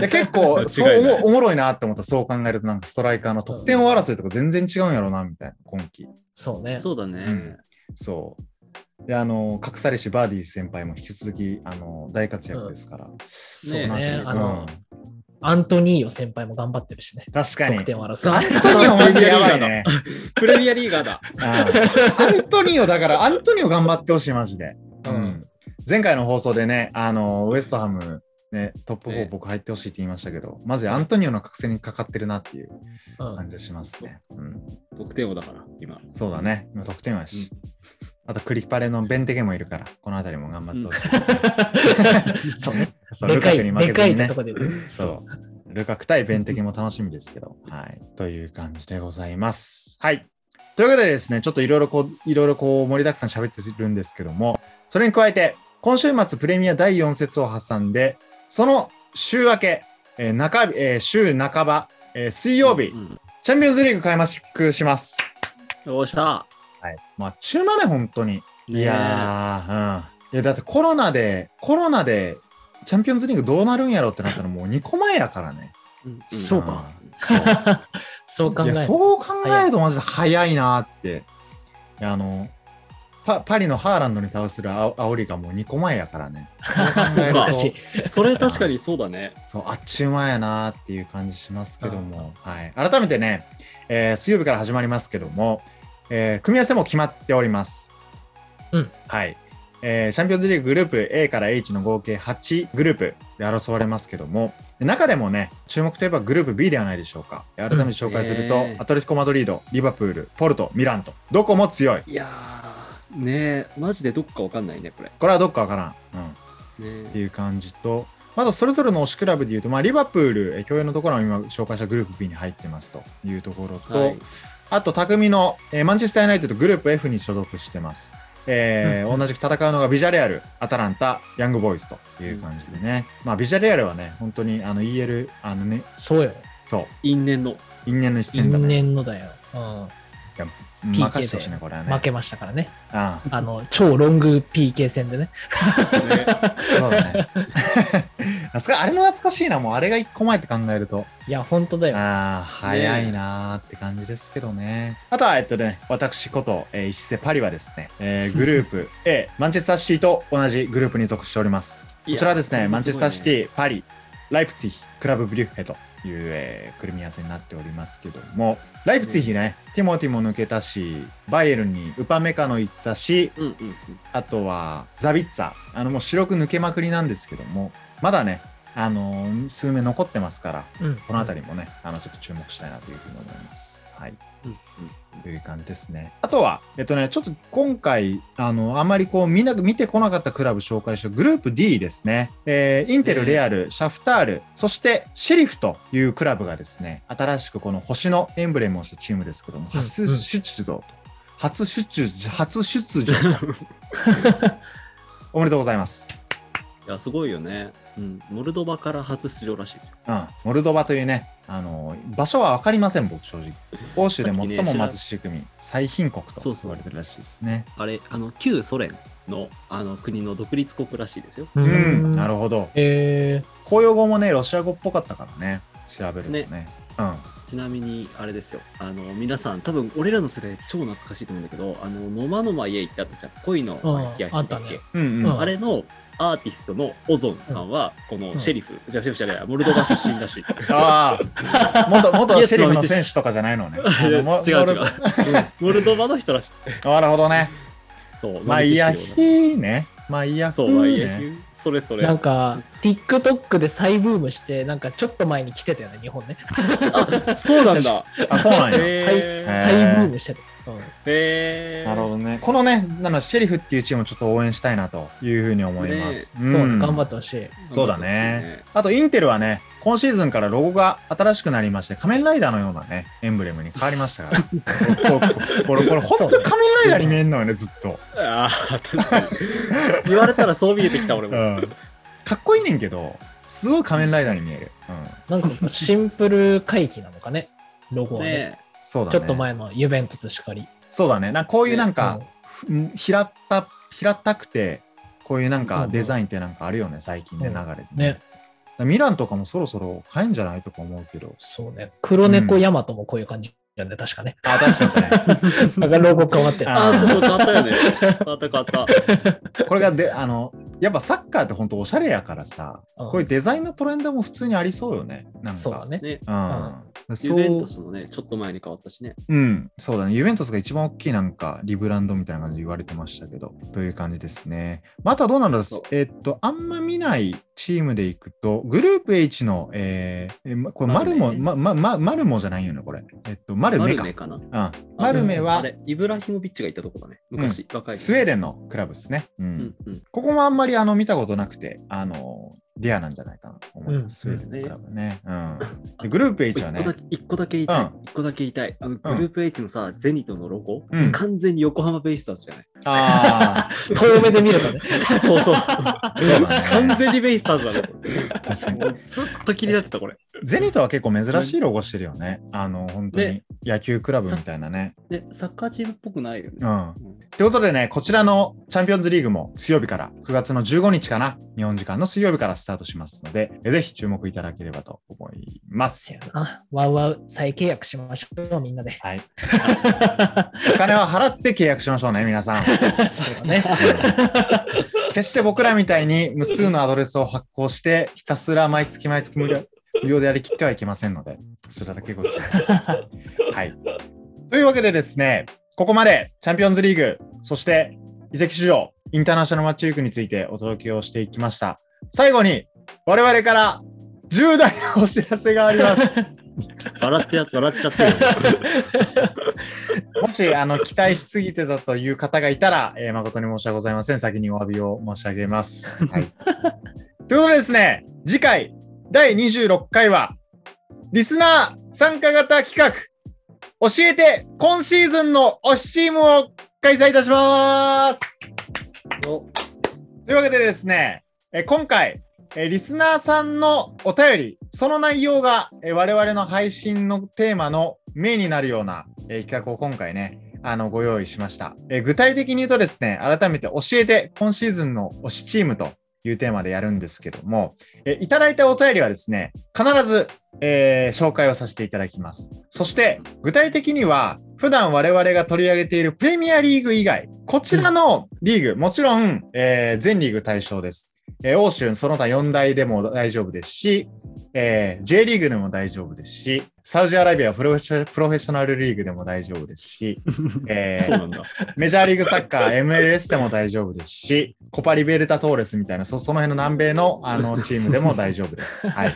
Speaker 3: で結構そう
Speaker 4: 違いない
Speaker 3: おもおもろいなって思った、そう考えると、なんかストライカーの得点を争いとか全然違うんやろうな、みたいな、今季。
Speaker 1: そうね。
Speaker 4: そうだね。
Speaker 3: そう。で、あの、隠されしバーディー先輩も引き続き、あの、大活躍ですから。
Speaker 1: そう
Speaker 4: ね
Speaker 1: ね。
Speaker 3: そ
Speaker 1: あ
Speaker 3: の
Speaker 1: の
Speaker 3: 辺り、
Speaker 1: アントニーヨ先輩も頑張ってるしね。
Speaker 3: うん確かに。
Speaker 1: 得点
Speaker 3: [laughs]
Speaker 1: を争う
Speaker 3: ア。ントニオマジでやばいね。
Speaker 4: プレミアリーガーだ。
Speaker 3: うんアントニオ、だから、アントニオ頑張ってほしい、マジで。う
Speaker 1: うんん。
Speaker 3: 前回の放送でね、あの、ウエストハム、ね、トップ
Speaker 4: え
Speaker 3: 4
Speaker 4: え
Speaker 3: 僕入ってほしいって言いましたけど、マジでアントニオの覚醒にかかってるなっていう
Speaker 1: うん
Speaker 3: 感じがしますね。うん。
Speaker 4: 得点王だから、今。
Speaker 3: そうだね。今得点はし
Speaker 4: う。
Speaker 3: あと、クリパレのベンテゲもいるから、この辺りも頑張ってほしい。
Speaker 1: そう
Speaker 3: [laughs] そう
Speaker 1: で
Speaker 3: ル
Speaker 1: か
Speaker 3: カクに
Speaker 1: い、
Speaker 3: 負け
Speaker 1: で
Speaker 3: ず
Speaker 1: かい
Speaker 3: に
Speaker 1: って
Speaker 3: ね
Speaker 1: と。こで言うと。
Speaker 3: そう。ルカク対ベンテキも楽しみですけど。はい。という感じでございます。はい。ということでですね、ちょっといろいろこう、いろいろこう盛りだくさん喋ってるんですけども、それに加えて、今週末プレミア第4節を挟んで、その週明け、えー中日、えー週半ば、えー水曜日、
Speaker 4: うん
Speaker 3: チャンピオンズリーグ開幕します。
Speaker 4: よっしゃ。
Speaker 3: はい。まあ、中まで本当に。い
Speaker 4: ねえ
Speaker 3: やー、うん。いや、だってコロナで、コロナで、チャンピオンズリーグどうなるんやろってなったのもう2個前やからね。
Speaker 4: うんうん
Speaker 1: そうかそう考
Speaker 3: うん。
Speaker 1: え
Speaker 3: い
Speaker 1: ると
Speaker 3: や、そう考えるとマジで早いなーって。いやあの、パパリのハーランドに対するあお煽りがもう2個前やからね。そう考えると
Speaker 1: 難しい。
Speaker 4: それ確かにそうだね。
Speaker 3: そう、あっちゅう間やなーっていう感じしますけども、はい。改めてね、えー水曜日から始まりますけども、えー組み合わせも決まっております。
Speaker 1: うん。
Speaker 3: はい。えーチャンピオンズリーググループ A から H の合計8グループで争われますけども、で中でもね、注目といえばグループ B ではないでしょうか。改めて紹介すると、
Speaker 4: うんねー
Speaker 3: アトレティコ・マドリード、リバプール、ポルト、ミランと、どこも強い。
Speaker 4: いやー、ねえ、マジでどっかわかんないね、これ。
Speaker 3: これはどっかわからん。う
Speaker 4: ね
Speaker 3: ん。って
Speaker 4: え
Speaker 3: いう感じと、まずそれぞれの推しクラブでいうと、まあ、リバプール、えー共有のところは今紹介したグループ B に入ってますというところと、
Speaker 4: はい
Speaker 3: あと匠の、えーマンチェスター・ユナイテッドグループ F に所属してます。えー同じく戦うのがビジャレアル、アタランタ、ヤングボーイズという感じでね、まあ、ビジャレアルはね、本当にあの EL、あのね、
Speaker 1: そうよ。
Speaker 3: そう、
Speaker 4: 因縁の。
Speaker 3: 因縁の一戦だ
Speaker 1: 因
Speaker 3: ね。
Speaker 1: 縁のだよ。うん。
Speaker 3: うん任せてほしいね、これはね。
Speaker 1: 負けましたからね。
Speaker 3: ああ
Speaker 1: あの、超ロング PK 戦でね。
Speaker 4: ね、
Speaker 3: そうだね。 [laughs] あそこあれも懐かしいな、もうあれが1個前って考えると。
Speaker 1: いや、本当だよ。
Speaker 3: ああ、早いなーって感じですけどね。あとは、えっとね、私こと、えー石瀬パリはですね、えーグループ [laughs] A、マンチェスターシティと同じグループに属しております。
Speaker 4: い
Speaker 3: こ
Speaker 4: や
Speaker 3: ちらですね、
Speaker 4: すごいね
Speaker 3: マンチェスターシティ、パリ、ライプツィヒ、クラブブリュッフェという、えー組み合わせになっておりますけども、ライプツィヒね、ティモティも抜けたし、バイエルンにウパメカノ行ったし、
Speaker 4: [laughs] うんうんうん。
Speaker 3: あとは、ザビッツァ。あの、もう白く抜けまくりなんですけども、まだね、あのー数名残ってますから、
Speaker 1: うん。
Speaker 3: このあたりもね、あの、ちょっと注目したいなというふうに思います。はい。
Speaker 4: うんうん
Speaker 3: という感じですね。あとは、えっとね、ちょっと今回、あの、あまりこう、みんな見てこなかったクラブ紹介したグループ D ですね。えーインテ
Speaker 4: う
Speaker 3: ル、
Speaker 4: ん
Speaker 3: レアル、シャフタール、そしてシェリフというクラブがですね、新しくこの星のエンブレムをしたチームですけども、初
Speaker 1: うん
Speaker 3: 出場と、初出場、初出場と。おめでとうございます。
Speaker 4: いや、すごいよね。うん。モルドバから初出場らしいですよ。
Speaker 3: うん、モルドバというね、あの場所は分かりません、僕、正直。欧州で最
Speaker 4: さっき
Speaker 3: も
Speaker 4: ね
Speaker 3: 貧しい国、最貧国と
Speaker 4: そう
Speaker 3: 言
Speaker 4: そう
Speaker 3: われてるらしいですね。
Speaker 4: あれ、あの、旧ソ連のあの国の独立国らしいですよ。
Speaker 1: う
Speaker 3: うん、な
Speaker 1: る
Speaker 3: るほど。
Speaker 1: え
Speaker 3: 公用語もね、ロシア語っぽかったからね、調べるとね。うん、
Speaker 4: ちなみに、あれですよ。あの、皆さん、多分、俺らの世代超懐かしいと思うんだけど、あの、ノマノマイエイってあったじゃん。恋の巻き上げ
Speaker 1: うんあった
Speaker 4: だっ
Speaker 1: ね
Speaker 4: け。
Speaker 3: うん、う
Speaker 1: うん
Speaker 3: ん。
Speaker 4: あれのアーティストのオゾンさんは、こ
Speaker 1: う
Speaker 4: の
Speaker 1: ん
Speaker 4: シェリフ、じゃあシェリフじゃない、モルドバ出身らしい。
Speaker 3: [laughs] ああ、元元シェリフの選手とかじゃないのね。あ
Speaker 4: いや違
Speaker 3: の
Speaker 4: う
Speaker 3: も
Speaker 4: 違
Speaker 3: モ
Speaker 4: う
Speaker 3: ル。
Speaker 4: モルドバの人らしい。
Speaker 3: なるほどね。
Speaker 4: そう、
Speaker 3: まあ、いや、ひーね。まあ、いや、
Speaker 4: そう、まあ、いや
Speaker 3: ね。、
Speaker 4: それそ
Speaker 1: ー、
Speaker 4: れ。
Speaker 1: なんか、TikTok で再ブームして、なんかちょっと前に来てたよね、日本ね。
Speaker 4: そうなんだ。
Speaker 3: あ、そうなんや。
Speaker 1: 再
Speaker 4: へー
Speaker 1: 再ブームしてた。うん
Speaker 4: へー
Speaker 3: なるほどね。このね、あのシェリフっていうチームをちょっと応援したいなというふうに思います。
Speaker 1: そう、
Speaker 3: ん
Speaker 1: 頑張ってほしい。
Speaker 3: そうだね。あと、インテルはね、今シーズンからロゴが新しくなりまして、仮面ライダーのようなね、エンブレムに変わりまし
Speaker 1: [laughs]
Speaker 3: たから。これ、これ、これ本当に仮面ライダーに見えんのよね、ずっと。
Speaker 4: ああ、確
Speaker 1: [laughs]
Speaker 4: かに。言われたらそう見えてきた俺
Speaker 3: うん。
Speaker 4: も。
Speaker 3: かっこいいねんけど、すごい仮面ライダーに見える。うん。
Speaker 1: なん
Speaker 3: [laughs]
Speaker 1: か、シンプル回帰なのかね、ロゴはね。
Speaker 4: ね
Speaker 3: そうだね。
Speaker 1: ちょっと前のユベントスしかり。
Speaker 3: そうだね。なんかこういうなん
Speaker 1: う
Speaker 3: か
Speaker 1: ん、
Speaker 3: うん平た、平たくて、こういうなん
Speaker 1: うん
Speaker 3: か
Speaker 1: うん
Speaker 3: デザインってなんかあるよね、最近ね、
Speaker 1: うん
Speaker 3: 流れて。
Speaker 1: ね。
Speaker 3: ミランとかもそろそろ変えんじゃないとか思う
Speaker 1: [laughs]
Speaker 3: けど。
Speaker 1: そうね。黒猫ヤマトもこういう感じなんで、確かね。
Speaker 3: あ、確かにね。 [laughs]
Speaker 1: なんかロゴ変わってる。
Speaker 3: あ
Speaker 4: ああ、そうそう、変わったよね。変わった変わった。
Speaker 3: これがであのやっぱサッカーって本当おしゃれやからさ、
Speaker 1: うん
Speaker 3: こういうデザインのトレンドも普通にありそうよねなんか
Speaker 1: そうだね。
Speaker 4: ね。
Speaker 3: うん、
Speaker 4: ユ
Speaker 3: そ
Speaker 4: ベン
Speaker 3: う
Speaker 4: トスもね、ちょっと前に変わったしね。
Speaker 3: うん、そうだね。ユベントスが一番大きいなんかリブランドみたいな感じで言われてましたけど、という感じですね。またどうなんだろう
Speaker 4: そう。
Speaker 3: えーっと、あんま見ないチームでいくと、グループ H の、えーえーまこれマルモ、
Speaker 4: マルメ
Speaker 3: ま、ま、ま、マルモじゃないよね、これ。えっと、マル
Speaker 4: マ
Speaker 3: メ
Speaker 4: ル
Speaker 3: か。
Speaker 4: メかな。
Speaker 3: うん、マルメ
Speaker 4: あ
Speaker 3: は
Speaker 4: れ、イブラヒモビッチがいたとこだね。昔、若い。
Speaker 3: スウェー
Speaker 4: デ
Speaker 3: デンのクラブですね。うん
Speaker 4: うんうん。
Speaker 3: ここもあんまりあの見たことなくて、あの、レアなんじゃないかなと思います。
Speaker 1: うん
Speaker 3: スウェーデンのクラブね。うん。でグループ H はね
Speaker 4: 一個だ、け一個だけ言いた
Speaker 3: う
Speaker 4: い。一個だけ言いたい。あのグループ H のさ、ゼニトのロゴ
Speaker 3: うん、
Speaker 4: 完全に横浜ベイスターズじゃない。
Speaker 3: ああ、
Speaker 1: 遠目で見るとね。
Speaker 4: [laughs] そうそう。
Speaker 3: そうだね
Speaker 4: 完全にベイスターズだね。
Speaker 3: 確かに。
Speaker 4: もうずっと気になってた、これ。
Speaker 3: ゼニトは結構珍しいロゴしてるよね。あの、本当に
Speaker 4: ね
Speaker 3: 野球クラブみたいなね。
Speaker 4: で、サッカーチームっぽくないよね
Speaker 3: う。ん。
Speaker 4: うん
Speaker 3: ということでね、こちらのチャンピオンズリーグも水曜日から、9月の15日かな、日本時間の水曜日からスタートしますので、えぜひ注目いただければと思います。
Speaker 1: せやな。ワウワウ再契約しましょう、みんなで。
Speaker 3: はい。お金は払って契約しましょうね、皆さん。
Speaker 1: そうだね。
Speaker 3: 決して僕らみたいに無数のアドレスを発行して、ひたすら毎月毎月無料無料でやりきってはいけませんので、それだけご注意ください。はい。というわけでですね、ここまでチャンピオンズリーグ、そして移籍市場、インターナショナルマッチウィークについてお届けをしていきました。最後に、我々から重大なお知らせがあります。
Speaker 4: 笑ってや笑っちゃってる。
Speaker 3: [laughs] もしあの期待しすぎてたという方がいたら、えー誠に申し訳ございません。先にお詫びを申し上げます。 [laughs] はい、ということでですね、次回第26回は、リスナー参加型企画、教えて今シーズンの推しチームを開催いたします
Speaker 4: お
Speaker 3: というわけでですね、えー今回、えーリスナーさんのお便り、その内容が、えー我々の配信のテーマのメインになるような、えー企画を今回ね、あの、ご用意しました、えー具体的に言うとですね、改めて教えて、今シーズンの推しチームというテーマでやるんですけども、えーいただいたお便りはですね、必ず、えー紹介をさせていただきます。そして、具体的には、普段我々が取り上げているプレミアリーグ以外、こちらのリーグ、もちろん、えー全リーグ対象です。えー欧州その他4大でも大丈夫ですし、えー J リーグでも大丈夫ですし、サウジアラビアプロフェッショプロフェッショナルリーグでも大丈夫ですし、え
Speaker 4: [laughs]
Speaker 3: ー
Speaker 4: そうなんだ。
Speaker 3: メジャーリーグサッカー、MLS でも大丈夫ですし、コパリベルタトーレスみたいな、そその辺の南米のあのチームでも大丈
Speaker 1: [laughs]
Speaker 3: 夫です。はい。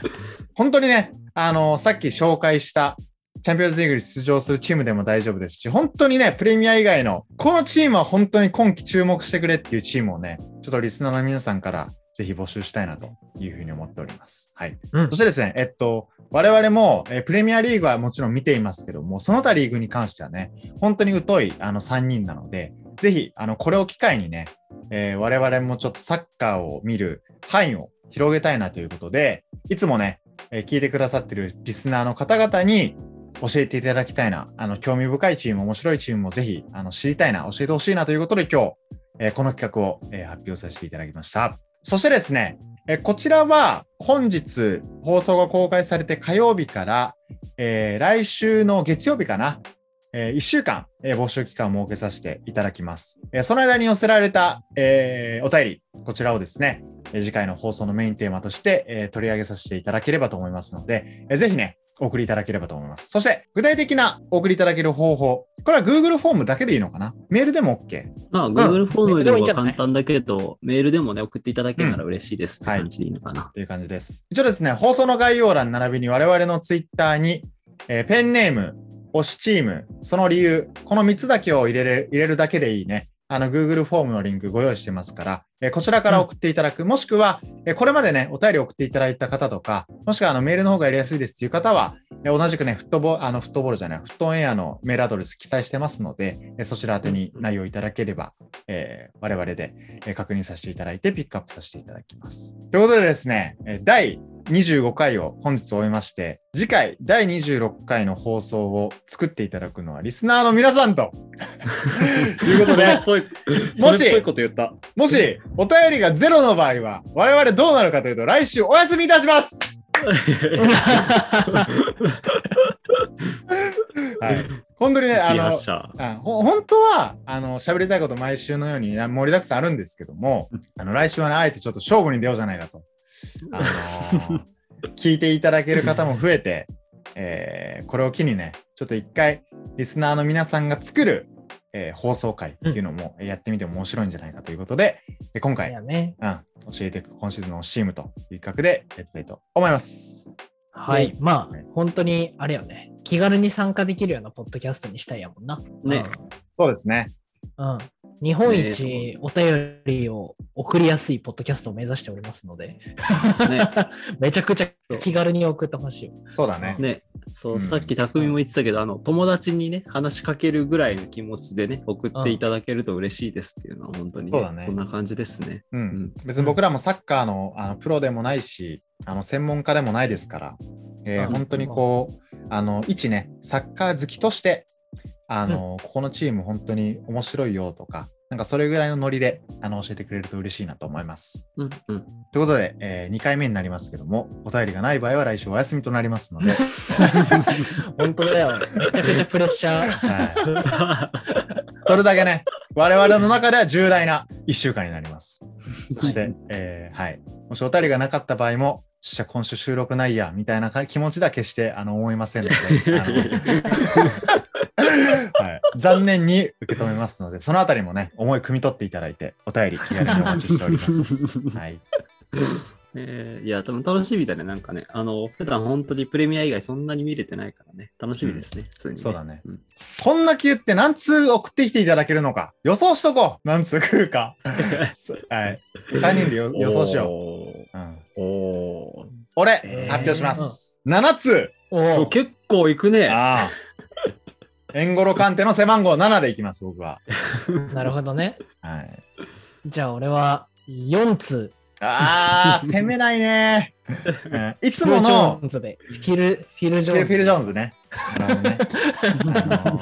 Speaker 3: 本当にね、あの、さっき紹介したチャンピオンズリーグに出場するチームでも大丈夫ですし、本当にね、プレミア以外の、このチームは本当に今季注目してくれっていうチームをね、ちょっとリスナーの皆さんからぜひ募集したいなというふうに思っております。はい。
Speaker 1: うん
Speaker 3: そしてですね、えっと、我々も、えープレミアリーグはもちろん見ていますけども、その他リーグに関してはね、本当に疎いあの3人なので、ぜひ、あの、これを機会にね、えー我々もちょっとサッカーを見る範囲を広げたいなということで、いつもね、えー聞いてくださってるリスナーの方々に教えていただきたいな、あの、興味深いチーム、面白いチームをぜひ、あの、知りたいな、教えてほしいなということで、今日、えーこの企画を、えー発表させていただきました。そしてですね、えーこちらは本日放送が公開されて火曜日から、えー来週の月曜日かな、え1週間、えー募集期間を設けさせていただきます。えーその間に寄せられた、えーお便り、こちらをですね、えー次回の放送のメインテーマとして、えー取り上げさせていただければと思いますので、えーぜひね、お送りいただければと思います。そして、具体的なお送りいただける方法。これは Google フォームだけでいいのかなメールでも OK。
Speaker 4: まあ、Google フォーム
Speaker 1: で
Speaker 4: で
Speaker 1: もいいん
Speaker 4: も
Speaker 1: じゃない
Speaker 4: 簡単だけど、メールでもね、送っていただけたら嬉しいですって感じでいいのかな。
Speaker 3: という感じです。一応ですね、放送の概要欄並びに我々のツイッターに、えーペンネーム、推しチーム、その理由、この3つだけを入れる入れるだけでいいね。あの、Google フォームのリンクご用意してますから、えーこちらから送っていただく、もしくは、えーこれまでね、お便り送っていただいた方とか、もしくはあのメールの方がやりやすいですっていう方は、えー同じくね、フットボあのフットボールじゃない、フットオンエアのメールアドレス記載してますので、えーそちら宛てに内容いただければ、えー我々でえー確認させていただいて、ピックアップさせていただきます。ということでですね、えー第25回を本日終えまして、次回第26回の放送を作っていただくのはリスナーの皆さんということ
Speaker 4: [laughs] それ
Speaker 3: で
Speaker 4: っ、ぽい、
Speaker 3: もし
Speaker 4: それっぽいこと言った。
Speaker 3: もしお便りがゼロの場合は、我々どうなるかというと、来週お休みいたしますはい。本当に [laughs] ね、あ
Speaker 4: いや
Speaker 3: の
Speaker 4: っ、しゃ
Speaker 3: あほ本当はあの喋りたいこと毎週のようにな盛りだくさんあるんですけども、あの来週はね、あえてちょっと勝負に出ようじゃないかと、あのー聞いていただける方も増えて、えーこれを機にね、ちょっと一回、リスナーの皆さんが作る、えー放送回っていうのもやってみても面白いんじゃないかということで、で今
Speaker 1: そう
Speaker 3: 回、
Speaker 1: やね
Speaker 3: うん、教えていく今シーズンのチームという企画でやっていきたいと思います。
Speaker 1: はい。まあ
Speaker 3: はい、
Speaker 1: 本当に、あれよね。気軽に参加できるようなポッドキャストにしたいやもんな。
Speaker 4: [laughs] ね、
Speaker 3: そうですね。
Speaker 1: うん。日本
Speaker 4: ね
Speaker 1: 一お便りを送りやすいポッドキャストを目指しておりますので、
Speaker 4: ね、
Speaker 1: [laughs] めちゃくちゃ気軽に送ってほしい。
Speaker 3: そうだね。
Speaker 4: ね、そう、
Speaker 3: うん
Speaker 4: さっき匠も言ってたけど、あの、友達にね、話しかけるぐらいの気持ちでね、送っていただけると嬉しいですっていうのは、本当に、
Speaker 3: そうだね
Speaker 4: んな感じですね。
Speaker 3: う。
Speaker 4: うんん。
Speaker 3: 別に僕らもサッカーのあのプロでもないし、あの専門家でもないですから、えー
Speaker 1: うん
Speaker 3: 本当にこう、あの一ね、サッカー好きとして、あのここのチーム、本当に面白いよとか、なんかそれぐらいのノリであの教えてくれると嬉しいなと思います。
Speaker 4: うん。うん。 [laughs]
Speaker 3: ということで、え2回目になりますけども、お便りがない場合は来週お休みとなります
Speaker 4: [laughs]
Speaker 3: ので、
Speaker 1: 本当だよ。めちゃくちゃプレッシャー。
Speaker 3: はい、それだけね、我々の中では重大な1週間になります。そして、えーはい。もしお便りがなかった場合も、しゃ今週収録ないや、みたいな気持ちでは決してあの思いませんので、あのはい、残念に受け止めますので、そのあたりもね、思い汲み取っていただいて、お便り気軽にお待ちしております。はい。
Speaker 4: えーいや、多分楽しみだね、なんかね。あの、普段本当にプレミア以外そんなに見れてないからね、楽しみですね、普通に、
Speaker 3: そうだね
Speaker 4: ん。
Speaker 3: こんな気言って何通送ってきていただけるのか、予想しとこう何通来るか。はい。3人でよ予想しよう。うん、
Speaker 4: う。おー
Speaker 3: 俺、
Speaker 4: えー
Speaker 3: 発表します。7通
Speaker 1: お
Speaker 4: おー
Speaker 1: う
Speaker 4: 結構いくね。
Speaker 3: ああ。エンゴロカンテの背番号7でいきます、僕は。
Speaker 1: なるほどね。
Speaker 3: はい、
Speaker 1: じゃあ俺は4通。
Speaker 3: あー、攻めないね、うんいつ
Speaker 1: フィ
Speaker 3: も
Speaker 1: ル・ジョ
Speaker 3: の
Speaker 1: [laughs] ーンズで。フィル、フィル・ジ
Speaker 3: フ
Speaker 1: ョーンズ。
Speaker 3: ィル・フィルジョーンズね。なるほどね。あの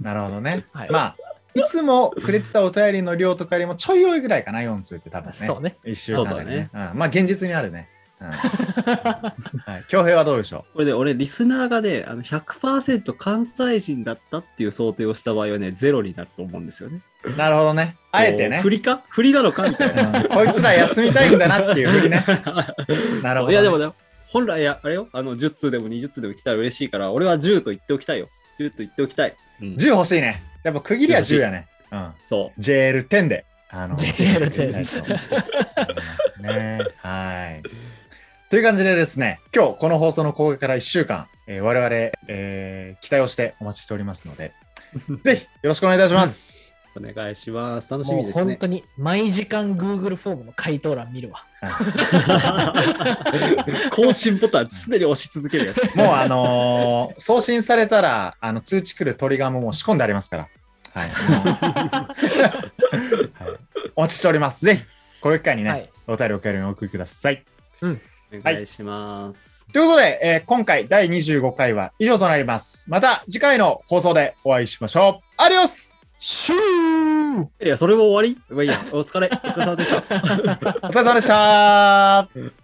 Speaker 3: なるほどね。
Speaker 1: [laughs] はい
Speaker 3: まあ、いつもくれてたお便りの量とかよりもちょい多いぐらいかな、4通って多分ね。
Speaker 1: そうね。
Speaker 3: 一週間だ
Speaker 4: そうだ
Speaker 3: ね
Speaker 4: ね。
Speaker 3: うんまあ、現実にあるね。うんはい恭平はどうでしょ
Speaker 4: [laughs] これで俺、リスナーがね、あの100%関西人だったっていう想定をした場合はね、ゼロになると思うんですよね。
Speaker 3: うなるほどね。あえて
Speaker 4: こ
Speaker 3: ね
Speaker 4: う。振りか振りなのかみたいな。
Speaker 3: うんこいつら休みたいんだなっていうふうにね。なるほど、ね。
Speaker 4: [laughs] いやでもね、本来や、あれよ、あの10通でも20通でも来たら嬉しいから、俺は10と言っておきたいよ。10と言っておきたい。うん
Speaker 3: 10欲しいね。やっぱ区切りは10やね。うん。
Speaker 4: そ
Speaker 3: JL10 で。あの、
Speaker 1: JL10
Speaker 3: いきたいと思いますね。はい。という感じでですね、今日この放送の公開から1週間、えー我々、えー期待をしてお待ちしております
Speaker 1: [laughs]
Speaker 3: ので、ぜひよろしくお願いいたします。
Speaker 4: う。お願いします。楽し
Speaker 1: も
Speaker 4: み
Speaker 1: う
Speaker 4: です
Speaker 1: 本
Speaker 4: ね。
Speaker 1: 当に毎時間 Google フォームの回答欄見るわ。
Speaker 4: [laughs] 更新ボタン常に押し続けるやつ。
Speaker 3: もうあのー送信されたら、あの通知来るトリガーももう仕込んでありますから。
Speaker 1: [laughs]
Speaker 3: はい。はいお待ちしております。ぜひ、これ機会にね、
Speaker 1: はい
Speaker 3: お便りお帰りにお送りください。
Speaker 4: お願いします。
Speaker 3: ということで、えー今回第25回は以上となります。また次回の放送でお会いしましょう。アディオス
Speaker 1: シュー
Speaker 4: いや、それも終わりまあいいや、お疲れ。お疲れ様でした。
Speaker 3: お疲れ様でした